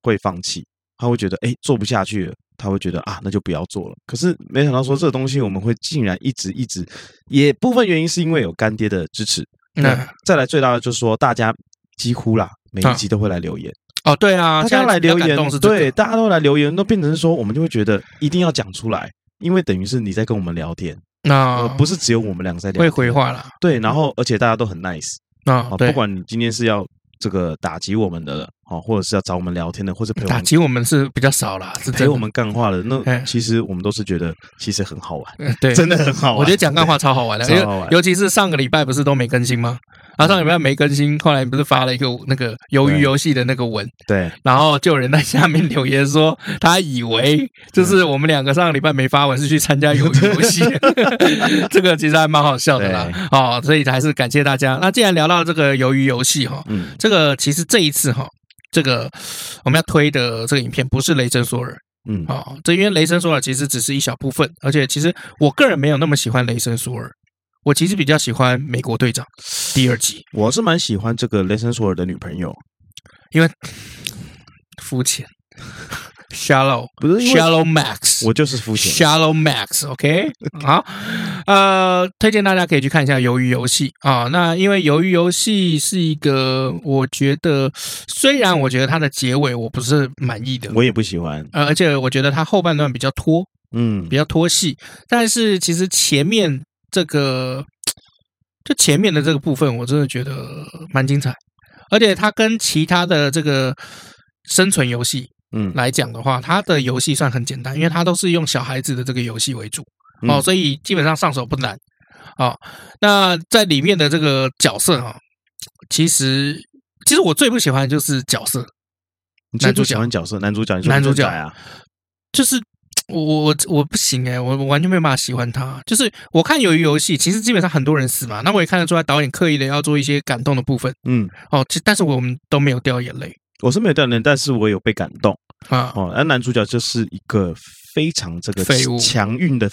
[SPEAKER 2] 会放弃，他会觉得哎做不下去了，他会觉得啊那就不要做了。可是没想到说这个东西我们会竟然一直一直，也部分原因是因为有干爹的支持。
[SPEAKER 1] 嗯
[SPEAKER 2] 再来最大的就是说大家几乎啦每一集都会来留言，
[SPEAKER 1] 哦，对啊，
[SPEAKER 2] 大家来留
[SPEAKER 1] 现在比较感
[SPEAKER 2] 言
[SPEAKER 1] 动是，这个
[SPEAKER 2] 对，大家都来留言，都变成说我们就会觉得一定要讲出来。因为等于是你在跟我们聊天，
[SPEAKER 1] 那
[SPEAKER 2] 呃，不是只有我们两个在聊
[SPEAKER 1] 啊会
[SPEAKER 2] 天，
[SPEAKER 1] 回话啦。
[SPEAKER 2] 对，然后而且大家都很 nice，
[SPEAKER 1] 啊
[SPEAKER 2] 啊，，
[SPEAKER 1] 对
[SPEAKER 2] 不，管你今天是要这个打击我们的，啊，或者是要找我们聊天的，或者陪我
[SPEAKER 1] 打
[SPEAKER 2] 们
[SPEAKER 1] 击我们是比较少啦，是真的
[SPEAKER 2] 陪我们干话的，那
[SPEAKER 1] 哎
[SPEAKER 2] 其实我们都是觉得其实很好玩，
[SPEAKER 1] 嗯 对，
[SPEAKER 2] 真的很好玩。
[SPEAKER 1] 我觉得讲干话超好玩的，因
[SPEAKER 2] 超好
[SPEAKER 1] 为
[SPEAKER 2] 玩
[SPEAKER 1] 尤其是上个礼拜不是都没更新吗？然后上礼拜没更新，后来不是发了一个那个鱿鱼游戏的那个文，
[SPEAKER 2] 对，
[SPEAKER 1] 然后就有人在下面留言说，他以为就是我们两个上个礼拜没发文是去参加鱿鱼游戏， 这个其实还蛮好笑的啦。哦，所以还是感谢大家。那既然聊到这个鱿鱼游戏哈，
[SPEAKER 2] 嗯，
[SPEAKER 1] 这个其实这一次哈，这个我们要推的这个影片不是雷神索尔，
[SPEAKER 2] 嗯
[SPEAKER 1] 哦，这因为雷神索尔其实只是一小部分，而且其实我个人没有那么喜欢雷神索尔，我其实比较喜欢美国队长第二集，
[SPEAKER 2] 我是蛮喜欢这个雷神索尔的女朋友，
[SPEAKER 1] 因为肤浅，shallow
[SPEAKER 2] 不 是因为
[SPEAKER 1] shallow max，
[SPEAKER 2] 我就是肤浅，
[SPEAKER 1] Shallow Max，OK，、好，呃，推荐大家可以去看一下《鱿鱼游戏》啊。那因为《鱿鱼游戏》是一个，我觉得虽然我觉得它的结尾我不是满意的，
[SPEAKER 2] 我也不喜欢。
[SPEAKER 1] 呃，而且我觉得它后半段比较拖
[SPEAKER 2] 嗯
[SPEAKER 1] 比，较拖戏。但是其实前面这个，就前面的这个部分，我真的觉得蛮精彩，而且它跟其他的这个生存游戏
[SPEAKER 2] 嗯
[SPEAKER 1] 来讲的话，它的游戏算很简单，因为它都是用小孩子的这个游戏为主哦，
[SPEAKER 2] 嗯
[SPEAKER 1] 所以基本上上手不难。哦，那在里面的这个角色哈、哦，其实其实我最不喜欢的就是角色，
[SPEAKER 2] 你最不喜欢角色，男主角，你说
[SPEAKER 1] 男主角
[SPEAKER 2] 男啊，
[SPEAKER 1] 就是我我我我不行哎、我我完全没有办法喜欢他。就是我看鱿鱼游戏，其实基本上很多人死嘛，那我也看得出来导演刻意的要做一些感动的部分
[SPEAKER 2] 嗯，
[SPEAKER 1] 哦。其但是我们都没有掉眼泪
[SPEAKER 2] 我是没有掉泪，但是我有被感动
[SPEAKER 1] 啊，
[SPEAKER 2] 哦。而男主角就是一个非常这个
[SPEAKER 1] 废物
[SPEAKER 2] 强运的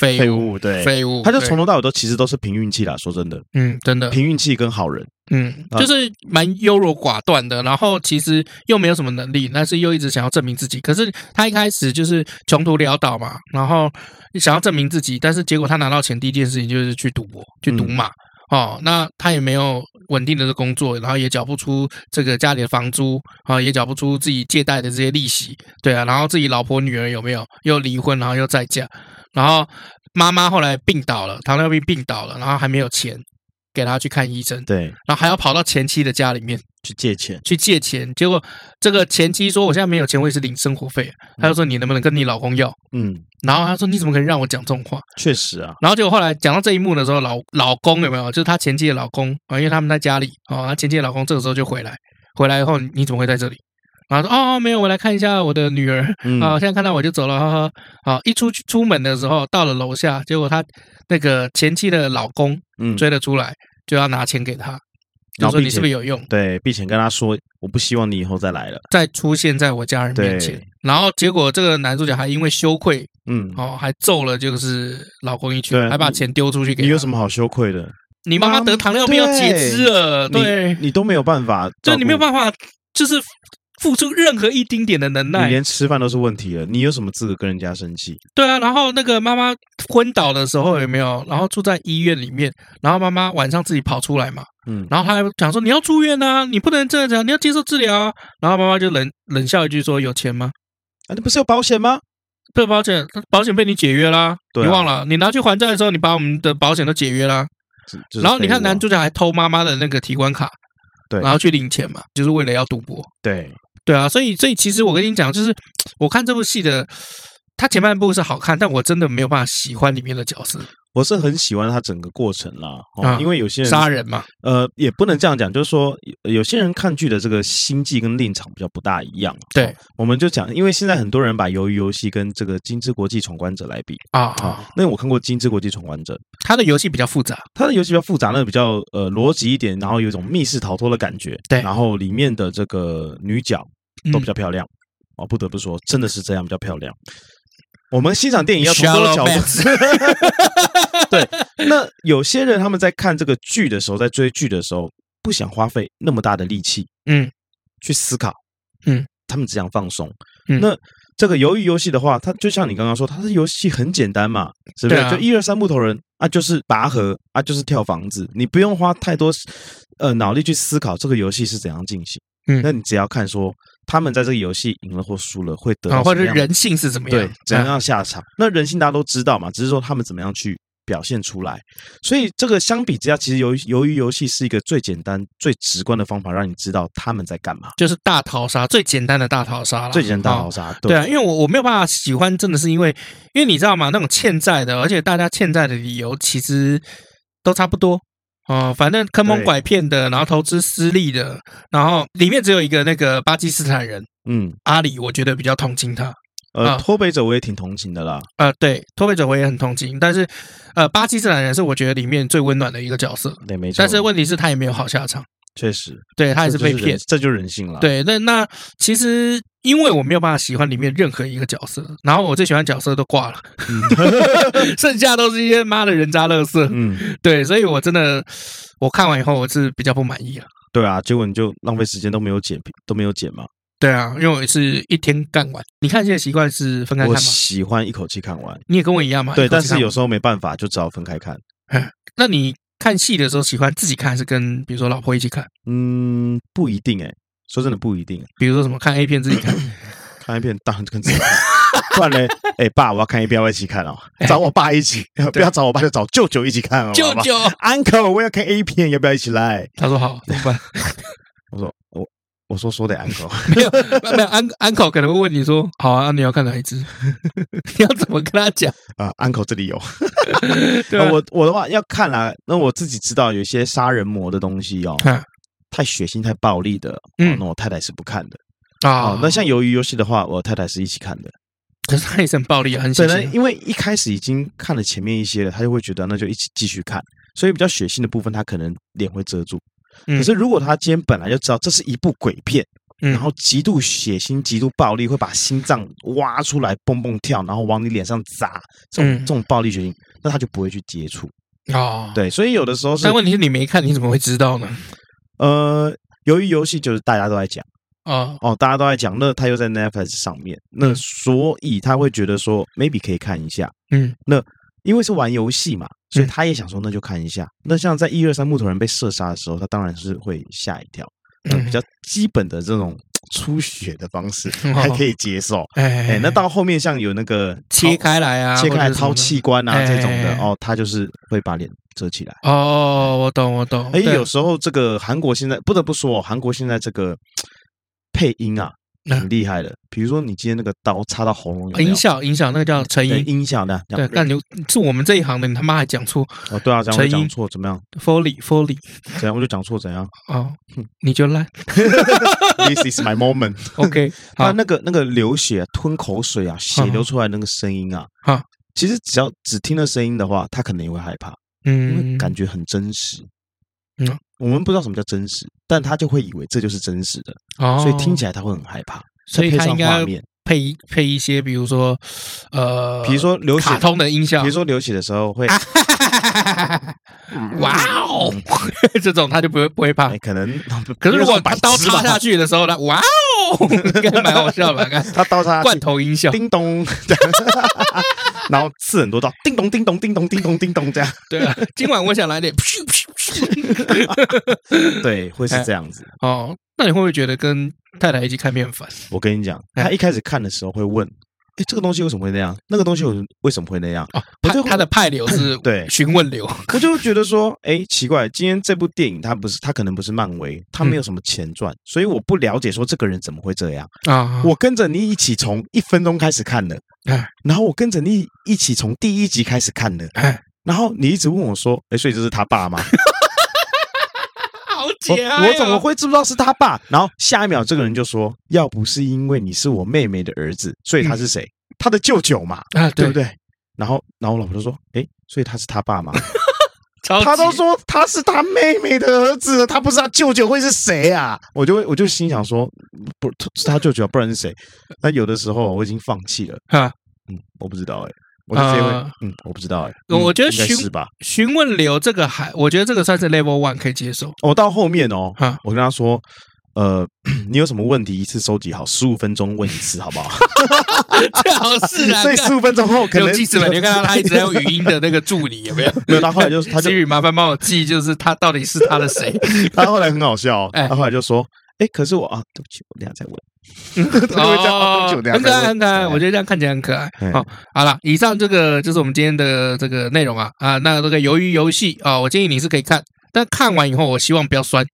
[SPEAKER 1] 废
[SPEAKER 2] 废
[SPEAKER 1] 物
[SPEAKER 2] 物，对，
[SPEAKER 1] 废物，
[SPEAKER 2] 他就
[SPEAKER 1] 对
[SPEAKER 2] 从头到尾都其实都是凭运气啦。说真的，
[SPEAKER 1] 嗯真的
[SPEAKER 2] 凭运气跟好人，
[SPEAKER 1] 嗯
[SPEAKER 2] 啊
[SPEAKER 1] 就是蛮优柔寡断的，然后其实又没有什么能力，但是又一直想要证明自己。可是他一开始就是穷途潦倒嘛，然后想要证明自己，但是结果他拿到钱第一件事情就是去赌博，去赌马。哦，那他也没有稳定的这工作，然后也缴不出这个家里的房租啊、也缴不出自己借贷的这些利息，对啊，然后自己老婆女儿有没有又离婚，然后又再嫁，然后妈妈后来病倒了，糖尿病病倒了，然后还没有钱给她去看医生，
[SPEAKER 2] 对，
[SPEAKER 1] 然后还要跑到前妻的家里面
[SPEAKER 2] 去借钱，
[SPEAKER 1] 去借钱，结果这个前妻说我现在没有钱，我也是领生活费，他就说你能不能跟你老公要？
[SPEAKER 2] 嗯，
[SPEAKER 1] 然后他说你怎么可以让我讲这种话？
[SPEAKER 2] 确实啊，
[SPEAKER 1] 然后结果后来讲到这一幕的时候，老老公有没有？就是他前妻的老公啊、因为他们在家里哦，他前妻的老公这个时候就回来，回来以后你怎么会在这里？然后说哦没有，我来看一下我的女儿
[SPEAKER 2] 嗯，
[SPEAKER 1] 啊、现在看到我就走了，哈哈。好，一出去出门的时候到了楼下，结果他那个前妻的老公
[SPEAKER 2] 嗯，
[SPEAKER 1] 追了出来，就要拿钱给他，就
[SPEAKER 2] 然后
[SPEAKER 1] 说
[SPEAKER 2] 并
[SPEAKER 1] 你是
[SPEAKER 2] 且
[SPEAKER 1] 不是有用？
[SPEAKER 2] 对，并且跟他说，我不希望你以后再来了，
[SPEAKER 1] 再出现在我家人面前
[SPEAKER 2] 对。
[SPEAKER 1] 然后结果这个男主角还因为羞愧
[SPEAKER 2] 嗯，
[SPEAKER 1] 哦，还揍了就是老公一拳，
[SPEAKER 2] 对
[SPEAKER 1] 还把钱丢出去给
[SPEAKER 2] 你有
[SPEAKER 1] 他
[SPEAKER 2] 什么？好羞愧的？
[SPEAKER 1] 你妈妈得糖尿病要截肢了，呃对，
[SPEAKER 2] 你你都没有 办法，
[SPEAKER 1] 就你没有
[SPEAKER 2] 法，
[SPEAKER 1] 办法，就是付出任何一丁点的能
[SPEAKER 2] 你
[SPEAKER 1] 耐。
[SPEAKER 2] 连吃饭都是问题了，你有什么资格跟人家生气？
[SPEAKER 1] 对啊，然后那个妈妈昏倒的时候有没有？然后住在医院里面，然后妈妈晚上自己跑出来嘛，
[SPEAKER 2] 嗯，
[SPEAKER 1] 然后他还讲说你要住院啊，你不能这样讲，你要接受治疗啊。然后妈妈就冷冷笑一句说有钱吗？
[SPEAKER 2] 啊，你不是有保险吗？
[SPEAKER 1] 对保险，保险被你解约啦，
[SPEAKER 2] 对啊
[SPEAKER 1] 你忘了？你拿去还债的时候，你把我们的保险都解约啦。
[SPEAKER 2] 这这是
[SPEAKER 1] 然后你
[SPEAKER 2] 废物
[SPEAKER 1] 看
[SPEAKER 2] 啊
[SPEAKER 1] 男主角还偷妈妈的那个提款卡，
[SPEAKER 2] 对
[SPEAKER 1] 然后去领钱嘛，就是为了要赌博。
[SPEAKER 2] 对，
[SPEAKER 1] 对啊，所以所以其实我跟你讲，就是我看这部戏的，它前半部是好看，但我真的没有办法喜欢里面的角色，
[SPEAKER 2] 我是很喜欢他整个过程啦，哦
[SPEAKER 1] 啊，
[SPEAKER 2] 因为有些人
[SPEAKER 1] 杀人嘛，
[SPEAKER 2] 呃，也不能这样讲，就是说有有些人看剧的这个心计跟立场比较不大一样。
[SPEAKER 1] 对
[SPEAKER 2] 我们就讲，因为现在很多人把《鱿鱼游戏》跟这个《金枝国际闯关者》来比
[SPEAKER 1] 啊
[SPEAKER 2] 啊
[SPEAKER 1] 啊，。
[SPEAKER 2] 那我看过《金枝国际闯关者》，
[SPEAKER 1] 他的游戏比较复杂，
[SPEAKER 2] 它的游戏比较复杂，那比较呃逻辑一点，然后有一种密室逃脱的感觉。
[SPEAKER 1] 对
[SPEAKER 2] 然后里面的这个女角都
[SPEAKER 1] 嗯
[SPEAKER 2] 比较漂亮，哦，不得不说，真的是这样比较漂亮。我们欣赏电影要从多
[SPEAKER 1] Shallow
[SPEAKER 2] 角度 对，那有些人他们在看这个剧的时候，在追剧的时候，不想花费那么大的力气，
[SPEAKER 1] 嗯，
[SPEAKER 2] 去思考，
[SPEAKER 1] 嗯，
[SPEAKER 2] 他们只想放松。
[SPEAKER 1] 嗯
[SPEAKER 2] 那这个鱿鱼游戏的话，它就像你刚刚说，它的游戏很简单嘛，是不
[SPEAKER 1] 对
[SPEAKER 2] 是？
[SPEAKER 1] 啊
[SPEAKER 2] 就一二三木头人啊，就是拔河啊，就是跳房子，你不用花太多呃脑力去思考这个游戏是怎样进行。
[SPEAKER 1] 嗯
[SPEAKER 2] 那你只要看说他们在这个游戏赢了或输了会得
[SPEAKER 1] 啊，
[SPEAKER 2] 到
[SPEAKER 1] 或者
[SPEAKER 2] 什么
[SPEAKER 1] 是
[SPEAKER 2] 样的
[SPEAKER 1] 人性是怎么样？
[SPEAKER 2] 对怎
[SPEAKER 1] 啊
[SPEAKER 2] 样下场。那人性大家都知道嘛，只是说他们怎么样去表现出来。所以这个相比之下，其实由于由于游戏是一个最简单、最直观的方法，让你知道他们在干嘛。
[SPEAKER 1] 就是大逃杀，最简单的大逃杀了，
[SPEAKER 2] 最简单
[SPEAKER 1] 啊
[SPEAKER 2] 的好杀，
[SPEAKER 1] 对啊，因为我我没有办法喜欢，真的是因为，因为你知道吗？那种欠债的，而且大家欠债的理由其实都差不多哦、反正坑蒙
[SPEAKER 2] 对
[SPEAKER 1] 拐骗的，然后投资失利的，然后里面只有一个那个巴基斯坦人
[SPEAKER 2] 嗯，
[SPEAKER 1] 阿里，我觉得比较同情他。
[SPEAKER 2] 呃，
[SPEAKER 1] 啊
[SPEAKER 2] 脱北者我也挺同情的啦。
[SPEAKER 1] 呃，对，脱北者我也很同情，但是呃，巴基斯坦人是我觉得里面最温暖的一个角色，
[SPEAKER 2] 对，没错。
[SPEAKER 1] 但是问题是他也没有好下场，
[SPEAKER 2] 确实
[SPEAKER 1] 对他也是
[SPEAKER 2] 这就
[SPEAKER 1] 被骗
[SPEAKER 2] 人，，这就是人性了。，
[SPEAKER 1] 对，那那其实因为我没有办法喜欢里面任何一个角色，然后我最喜欢的角色都挂了， 剩下都是一些妈的人渣乐色。
[SPEAKER 2] 嗯，
[SPEAKER 1] 对，所以我真的我看完以后我是比较不满意了。
[SPEAKER 2] 对啊，结果你就浪费时间都没有剪，都没有剪嘛。
[SPEAKER 1] 对啊，因为我是一天干完。你看现在习惯是分开看
[SPEAKER 2] 我
[SPEAKER 1] 吗？
[SPEAKER 2] 喜欢一口气看完，
[SPEAKER 1] 你也跟我一样嘛？
[SPEAKER 2] 对，
[SPEAKER 1] 一口
[SPEAKER 2] 但
[SPEAKER 1] 气看
[SPEAKER 2] 是有
[SPEAKER 1] 完
[SPEAKER 2] 时候没办法，就只好分开看。
[SPEAKER 1] 那你看戏的时候喜欢自己看还是跟比如说老婆一起看？
[SPEAKER 2] 嗯，不一定哎，说真的不一定。
[SPEAKER 1] 比如说什么看 A 片自己看，
[SPEAKER 2] 看一片当然跟自己看，不然呢？哎、爸，我要看一遍，要不要一起看哦？找我爸 一起，不要找我爸，就找舅舅一起看哦。
[SPEAKER 1] 哎舅
[SPEAKER 2] 好吧
[SPEAKER 1] 舅，
[SPEAKER 2] ，uncle，我要看 A 片，要不要一起来？
[SPEAKER 1] 他说好，怎么办？
[SPEAKER 2] 我说我我说说的 uncle，
[SPEAKER 1] 没有没有，安安口可能会问你说，好啊，你要看哪一只？ 你要怎么跟他讲？
[SPEAKER 2] 啊、u n c l e 这里有。
[SPEAKER 1] 对啊
[SPEAKER 2] 我我的话要看啦、那我自己知道有一些杀人魔的东西哦
[SPEAKER 1] 嗯，
[SPEAKER 2] 太血腥、太暴力的，
[SPEAKER 1] 嗯
[SPEAKER 2] 嗯，那我太太是不看的。哦
[SPEAKER 1] 啊，，
[SPEAKER 2] 那像鱿鱼游戏的话，我太太是一起看的。
[SPEAKER 1] 可是他也是很暴力啊，很血
[SPEAKER 2] 本来
[SPEAKER 1] 腥啊。
[SPEAKER 2] 因为一开始已经看了前面一些了，她就会觉得那就一起继续看，所以比较血腥的部分，她可能脸会遮住。
[SPEAKER 1] 嗯嗯
[SPEAKER 2] 可是如果她今天本来就知道这是一部鬼片，
[SPEAKER 1] 然
[SPEAKER 2] 然后极度血腥、极度暴力，会把心脏挖出来蹦蹦跳，然后往你脸上砸，这种、
[SPEAKER 1] 嗯
[SPEAKER 2] 这种暴力血腥，那她就不会去接触。
[SPEAKER 1] 哦，
[SPEAKER 2] 对，所以有的时候是
[SPEAKER 1] 但问题是你没看，你怎么会知道呢？
[SPEAKER 2] 呃，由于游戏就是大家都在讲
[SPEAKER 1] 啊，
[SPEAKER 2] 哦，大家都在讲，那他又在 Netflix 上面，那所以他会觉得说 maybe 可以看一下，
[SPEAKER 1] 嗯，
[SPEAKER 2] 那因为是玩游戏嘛，所以
[SPEAKER 1] 嗯
[SPEAKER 2] 他也想说那就看一下。那像在一二三木头人被射杀的时候，他当然是会 吓一跳，
[SPEAKER 1] 嗯
[SPEAKER 2] 那比较基本的这种出血的方 式
[SPEAKER 1] 嗯
[SPEAKER 2] 还可以接受。
[SPEAKER 1] 哎
[SPEAKER 2] 哎，那到后面像有那个
[SPEAKER 1] 切
[SPEAKER 2] 掏
[SPEAKER 1] 开来啊，
[SPEAKER 2] 切开来
[SPEAKER 1] 或者什么
[SPEAKER 2] 掏
[SPEAKER 1] 的
[SPEAKER 2] 器官啊这种
[SPEAKER 1] 哎哎
[SPEAKER 2] 的
[SPEAKER 1] 哎
[SPEAKER 2] 哦，他就是会把脸遮起来。
[SPEAKER 1] 哦，我懂，我懂。
[SPEAKER 2] 哎，
[SPEAKER 1] 对
[SPEAKER 2] 有时候这个韩国现在不得不说哦，韩国现在这个配音啊，
[SPEAKER 1] 嗯
[SPEAKER 2] 挺厉害的。比如说你今天那个刀插到喉咙有没有嗯
[SPEAKER 1] 音效，音效那个叫成
[SPEAKER 2] 对
[SPEAKER 1] 音。
[SPEAKER 2] 音效呢？这
[SPEAKER 1] 对，
[SPEAKER 2] 样
[SPEAKER 1] 但你是我们这一行的，你他妈还讲错
[SPEAKER 2] 哦，对啊，这样我
[SPEAKER 1] 成音
[SPEAKER 2] 讲错怎么 样？
[SPEAKER 1] ，folly folly
[SPEAKER 2] 怎样我就讲错怎样
[SPEAKER 1] 哦，
[SPEAKER 2] 嗯
[SPEAKER 1] 你就 烂。
[SPEAKER 2] ？This is my moment。
[SPEAKER 1] OK，
[SPEAKER 2] 啊，
[SPEAKER 1] 好，
[SPEAKER 2] 那个那个流血、吞口水啊，血流出来那个声音啊
[SPEAKER 1] 啊，
[SPEAKER 2] 其实只要只听那声音的话，他可能也会害怕， 因为
[SPEAKER 1] 嗯，
[SPEAKER 2] 感觉很真实。
[SPEAKER 1] 嗯
[SPEAKER 2] 我们不知道什么叫真实，但他就会以为这就是真实的，
[SPEAKER 1] 哦，
[SPEAKER 2] 所以听起来他会很害怕。
[SPEAKER 1] 所以
[SPEAKER 2] 再
[SPEAKER 1] 他
[SPEAKER 2] 配
[SPEAKER 1] 应
[SPEAKER 2] 上
[SPEAKER 1] 该
[SPEAKER 2] 画面，
[SPEAKER 1] 配一配一些，比如说呃，
[SPEAKER 2] 比如说流血
[SPEAKER 1] 卡通的音效，
[SPEAKER 2] 比如说流血的时候会，
[SPEAKER 1] 啊
[SPEAKER 2] 嗯
[SPEAKER 1] 哇哦， 这种他就不会不会怕
[SPEAKER 2] 哎，。可能
[SPEAKER 1] 可是如果
[SPEAKER 2] 白
[SPEAKER 1] 把刀
[SPEAKER 2] 痴吧
[SPEAKER 1] 插下，去的时候呢，哇哦， 应该蛮好 笑的，看
[SPEAKER 2] 他刀插下
[SPEAKER 1] 罐
[SPEAKER 2] 去，
[SPEAKER 1] 头音 效，
[SPEAKER 2] 叮咚，这样然后刺很多刀，叮咚叮咚叮咚叮咚叮咚 这样，
[SPEAKER 1] 对啊，今晚我想 来点噗噗噗
[SPEAKER 2] 对，会是这样子。
[SPEAKER 1] 哦，那你会不会觉得跟太太一起看面很烦？
[SPEAKER 2] 我跟你讲，
[SPEAKER 1] 哎
[SPEAKER 2] 他一开始看的时候会问，哎，这个东西为什么会那样？那个东西为什么为什么会那样？
[SPEAKER 1] 哦，
[SPEAKER 2] 我
[SPEAKER 1] 派
[SPEAKER 2] 就
[SPEAKER 1] 他的派流是
[SPEAKER 2] 对
[SPEAKER 1] 询问流，
[SPEAKER 2] 我就觉得说，哎，奇怪，今天这部电影它不是，它可能不是漫威，它
[SPEAKER 1] 嗯
[SPEAKER 2] 没有什么前传，所以我不了解说这个人怎么会这样。
[SPEAKER 1] 啊，
[SPEAKER 2] 我跟着你一起从一分钟开始看的
[SPEAKER 1] 哎，
[SPEAKER 2] 然后我跟着你一起从第一集开始看的
[SPEAKER 1] 哎，
[SPEAKER 2] 然后你一直问我说：“哎，所以这是他 爸吗？”
[SPEAKER 1] 好
[SPEAKER 2] 我
[SPEAKER 1] 解啊
[SPEAKER 2] 我怎么会知道是他爸？然后下一秒这个人就说：“要不是因为你是我妹妹的儿子，所以他是谁？他的舅舅嘛，
[SPEAKER 1] 啊？嗯对
[SPEAKER 2] 对不，对？”然后，然后我老婆就说：“哎，所以他是他爸吗？
[SPEAKER 1] 超
[SPEAKER 2] 他都
[SPEAKER 1] 级
[SPEAKER 2] 说他是他妹妹的儿子，他不是他舅舅会是谁啊？”我就会我就心想说：“不是他舅舅，啊不然是谁？”那有的时候我已经放弃了。
[SPEAKER 1] 啊，
[SPEAKER 2] 嗯，我不知道哎、我就直接问，
[SPEAKER 1] 啊
[SPEAKER 2] 嗯，我不知道哎、
[SPEAKER 1] 我我觉得
[SPEAKER 2] 嗯应该
[SPEAKER 1] 询
[SPEAKER 2] 是吧。
[SPEAKER 1] 询问流这个还，我觉得这个算是 level one 可以接 受
[SPEAKER 2] 我到后面哦，
[SPEAKER 1] 啊。
[SPEAKER 2] 我跟他说，呃， 你有什么问题一次收集好，十五分钟问一次，好 不好？
[SPEAKER 1] 最好是啊，
[SPEAKER 2] 所以
[SPEAKER 1] 干
[SPEAKER 2] 十五分钟后可
[SPEAKER 1] 有
[SPEAKER 2] 能
[SPEAKER 1] 记者们，你看到他一直在用语音的那个助理有没有？
[SPEAKER 2] 没有，他后来就他就
[SPEAKER 1] 宇，麻烦帮我记，就是他到底是他的谁？
[SPEAKER 2] 他后来很好笑、哦，
[SPEAKER 1] 哎
[SPEAKER 2] 他后来就说。哎，可是我啊，对不起，我等一下再问。 他就会这样啊对不起，我
[SPEAKER 1] 嗯
[SPEAKER 2] 等一
[SPEAKER 1] 哦很可
[SPEAKER 2] 下再
[SPEAKER 1] 爱，
[SPEAKER 2] 问。
[SPEAKER 1] 很可爱，我
[SPEAKER 2] 就
[SPEAKER 1] 觉得这样看起来很可爱。
[SPEAKER 2] 嗯
[SPEAKER 1] 好，好了，以上这个就是我们今天的这个内容啊啊，那这个鱿鱼游戏啊，我建议你是可以看，但看完以后，我希望不要酸。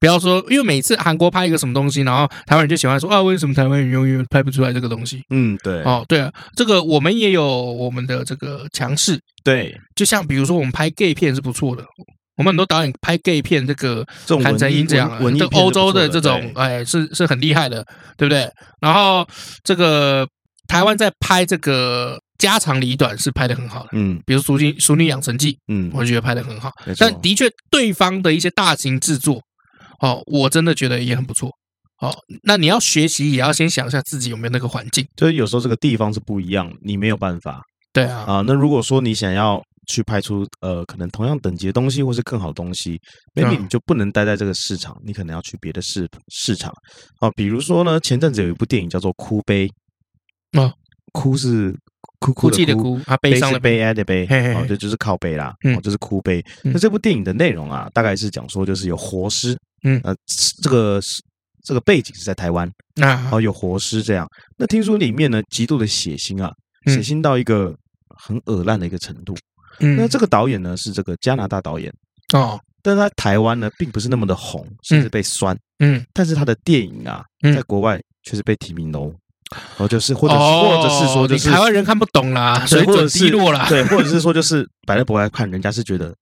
[SPEAKER 1] 不要说，因为每次韩国拍一个什么东西，然后台湾人就喜欢说啊，为什么台湾人永远拍不出来这个东西？
[SPEAKER 2] 嗯，对，
[SPEAKER 1] 哦，对啊，这个我们也有我们的这个强势，
[SPEAKER 2] 对，
[SPEAKER 1] 就像比如说我们拍 gay 片是不错的，我们很多导演拍 gay 片，这个
[SPEAKER 2] 这种
[SPEAKER 1] 韩成
[SPEAKER 2] 文艺
[SPEAKER 1] 英这样啊，
[SPEAKER 2] 文文艺
[SPEAKER 1] 这
[SPEAKER 2] 片
[SPEAKER 1] 欧
[SPEAKER 2] 是不
[SPEAKER 1] 洲
[SPEAKER 2] 错
[SPEAKER 1] 的
[SPEAKER 2] 的
[SPEAKER 1] 这种
[SPEAKER 2] 对
[SPEAKER 1] 哎是是很厉害的，对不对？然后这个台湾在拍这个家长里短是拍的很好的，
[SPEAKER 2] 嗯
[SPEAKER 1] 比如《熟女熟女养成记》，
[SPEAKER 2] 嗯，
[SPEAKER 1] 我觉得拍的很好，
[SPEAKER 2] 没错
[SPEAKER 1] 但的确对方的一些大型制作，哦，我真的觉得也很不错。哦，那你要学习，也要先想一下自己有没有那个环境。
[SPEAKER 2] 就是有时候这个地方是不一样，你没有办法。
[SPEAKER 1] 对啊，
[SPEAKER 2] 啊、那如果说你想要去拍出呃可能同样等级的东西，或是更好的东西
[SPEAKER 1] 啊
[SPEAKER 2] ，maybe 你就不能待在这个市场，你可能要去别的市市场啊、比如说呢，前阵子有一部电影叫做《哭悲》
[SPEAKER 1] 啊，
[SPEAKER 2] 哭是哭哭
[SPEAKER 1] 哭
[SPEAKER 2] 的
[SPEAKER 1] 泣的
[SPEAKER 2] 哭
[SPEAKER 1] 哭，啊，悲
[SPEAKER 2] 悲
[SPEAKER 1] 伤
[SPEAKER 2] 是
[SPEAKER 1] 的悲，
[SPEAKER 2] 悲哀的悲，
[SPEAKER 1] 嘿嘿嘿
[SPEAKER 2] 哦，这就是靠悲啦，
[SPEAKER 1] 嗯
[SPEAKER 2] 哦，这是哭悲。
[SPEAKER 1] 嗯
[SPEAKER 2] 那这部电影的内容啊，大概是讲说，就是有活尸，
[SPEAKER 1] 嗯
[SPEAKER 2] 呃，这个这个背景是在台湾，然
[SPEAKER 1] 那
[SPEAKER 2] 后有活尸这样。那听说里面呢极度的血腥啊，
[SPEAKER 1] 嗯
[SPEAKER 2] 血腥到一个很恶烂的一个程度。那
[SPEAKER 1] 嗯
[SPEAKER 2] 这个导演呢是这个加拿大导演，
[SPEAKER 1] 哦
[SPEAKER 2] 但是他台湾呢并不是那么的红，甚至被酸，
[SPEAKER 1] 嗯
[SPEAKER 2] 但是他的电影啊
[SPEAKER 1] 嗯
[SPEAKER 2] 在国外却是被提名哦，然后就是或者
[SPEAKER 1] 哦
[SPEAKER 2] 或者是说就是
[SPEAKER 1] 你台湾人看啊不懂 啦，
[SPEAKER 2] 对
[SPEAKER 1] 水
[SPEAKER 2] 或
[SPEAKER 1] 准
[SPEAKER 2] 者是
[SPEAKER 1] 低落啦，
[SPEAKER 2] 对，或者是说就是摆在国外看，人家是觉得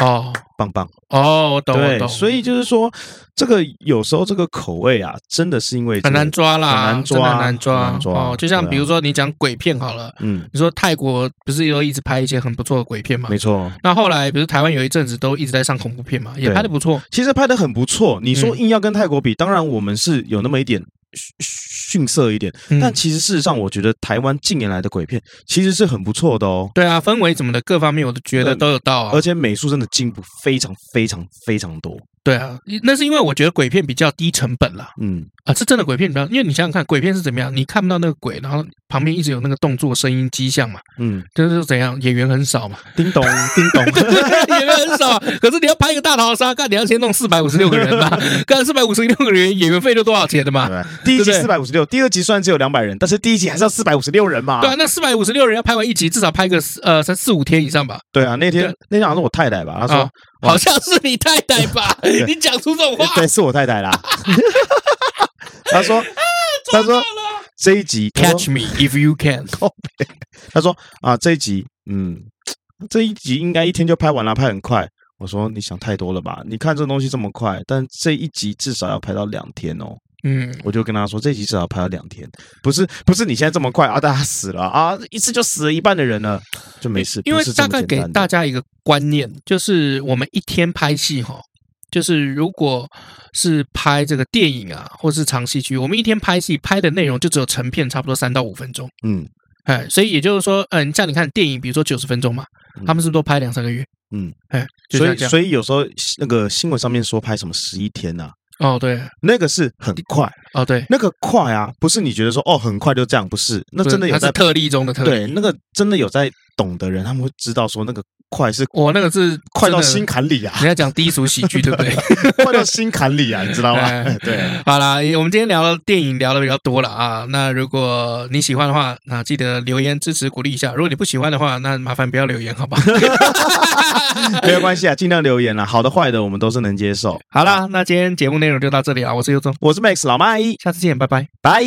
[SPEAKER 1] 哦
[SPEAKER 2] 棒棒。
[SPEAKER 1] 哦，我懂我
[SPEAKER 2] 对，
[SPEAKER 1] 懂，
[SPEAKER 2] 所以就是说，这个有时候这个口味啊，真的是因为这
[SPEAKER 1] 很
[SPEAKER 2] 个
[SPEAKER 1] 难，抓啦，
[SPEAKER 2] 很难抓
[SPEAKER 1] 真的很难抓，
[SPEAKER 2] 很难抓
[SPEAKER 1] 哦，就像
[SPEAKER 2] 对啊
[SPEAKER 1] 比如说你讲鬼片好了，
[SPEAKER 2] 嗯，
[SPEAKER 1] 你说泰国不是有一直拍一些很不错的鬼片嘛？
[SPEAKER 2] 没错。哦
[SPEAKER 1] 那后来，比如台湾有一阵子都一直在上恐怖片嘛，也
[SPEAKER 2] 对
[SPEAKER 1] 拍的不错。
[SPEAKER 2] 其实拍的很不错，你
[SPEAKER 1] 嗯
[SPEAKER 2] 说硬要跟泰国比，当然我们是有那么一点逊逊色一点，
[SPEAKER 1] 嗯
[SPEAKER 2] 但其实事实上，我觉得台湾近年来的鬼片其实是很不错的哦，
[SPEAKER 1] 对啊，氛围什么的各方面，我都觉得
[SPEAKER 2] 嗯
[SPEAKER 1] 都有到啊
[SPEAKER 2] 而。且美术真的进步非常非常非常多。
[SPEAKER 1] 对啊，那是因为我觉得鬼片比较低成本啦。
[SPEAKER 2] 嗯，
[SPEAKER 1] 啊，是真的鬼片比较，因为你想想看，鬼片是怎么样？你看不到那个鬼，然后旁边一直有那个动作、声音、迹象嘛，
[SPEAKER 2] 嗯，
[SPEAKER 1] 就是怎样，演员很少嘛，
[SPEAKER 2] 叮 咚叮咚，
[SPEAKER 1] 演员很少。可是你要拍一个大逃杀，干你要先弄四百五十六个 人嘛，干四百五十六个人演员费就多少钱的嘛？
[SPEAKER 2] 对第一
[SPEAKER 1] 对不
[SPEAKER 2] 集
[SPEAKER 1] 对
[SPEAKER 2] 四百五十六，第二集虽然只有两百人，但是第一集还是要四百五十六人嘛。
[SPEAKER 1] 对啊，那四百五十六人要拍完一集，至少拍个四呃三四五天以上吧。
[SPEAKER 2] 对啊，那天
[SPEAKER 1] 对
[SPEAKER 2] 那天好像是我太太吧，她
[SPEAKER 1] 啊
[SPEAKER 2] 说，
[SPEAKER 1] 好像是你太太 吧？你讲出这种话，
[SPEAKER 2] 对，是我太 太啦。她说，她说这一集她说
[SPEAKER 1] Catch me if you can。
[SPEAKER 2] 他说啊，这一集，嗯，这一集应该一天就拍完了，拍很快。我说你想太多了吧？你看这东西这么快，但这一集至少要拍到两天哦。
[SPEAKER 1] 嗯，
[SPEAKER 2] 我就跟他说，这一集至少要拍到两天，不是不是你现在这么快啊，大家死了啊，一次就死了一半的人了，就没事。
[SPEAKER 1] 因
[SPEAKER 2] 不
[SPEAKER 1] 为
[SPEAKER 2] 是这
[SPEAKER 1] 大
[SPEAKER 2] 么
[SPEAKER 1] 概
[SPEAKER 2] 简
[SPEAKER 1] 给
[SPEAKER 2] 单的
[SPEAKER 1] 大家一个观念，就是我们一天拍戏哈，就是如果是拍这个电影啊，或是长戏剧，我们一天拍戏拍的内容就只有成片，差不多三到五分钟。
[SPEAKER 2] 嗯
[SPEAKER 1] 哎，所以也就是说，嗯，像你看电影，比如说九十分钟嘛，
[SPEAKER 2] 嗯
[SPEAKER 1] 他们是不是都拍两三个月？
[SPEAKER 2] 嗯，
[SPEAKER 1] 哎，就
[SPEAKER 2] 所
[SPEAKER 1] 像
[SPEAKER 2] 以
[SPEAKER 1] 这样
[SPEAKER 2] 所以有时候那个新闻上面说拍什么十一天呐、啊，
[SPEAKER 1] 哦，对，
[SPEAKER 2] 那个是很快，
[SPEAKER 1] 哦对，
[SPEAKER 2] 那个快啊，不是你觉得说哦很快就这样，不是，那真的有
[SPEAKER 1] 它
[SPEAKER 2] 在
[SPEAKER 1] 是特例中的特例。
[SPEAKER 2] 对，那个真的有在懂的人，他们会知道说那个快是
[SPEAKER 1] 我那个是
[SPEAKER 2] 快
[SPEAKER 1] 真
[SPEAKER 2] 到
[SPEAKER 1] 的
[SPEAKER 2] 心坎里啊，
[SPEAKER 1] 人家讲低俗喜剧，对不对？
[SPEAKER 2] 快到心坎里啊，你知道
[SPEAKER 1] 哎
[SPEAKER 2] 吗？对，
[SPEAKER 1] 好啦，我们今天聊了电影，聊的比较多了啊。那如果你喜欢的话，那记得留言支持鼓励一下。如果你不喜欢的话，那麻烦不要留言，好不好？
[SPEAKER 2] 没有关系啊，尽量留言啦，好的坏的我们都是能接受。
[SPEAKER 1] 好啦，那今天节目内容就到这里啊。我是尤忠，
[SPEAKER 2] 我是 Max 老麦，
[SPEAKER 1] 下次见，拜拜。
[SPEAKER 2] 拜。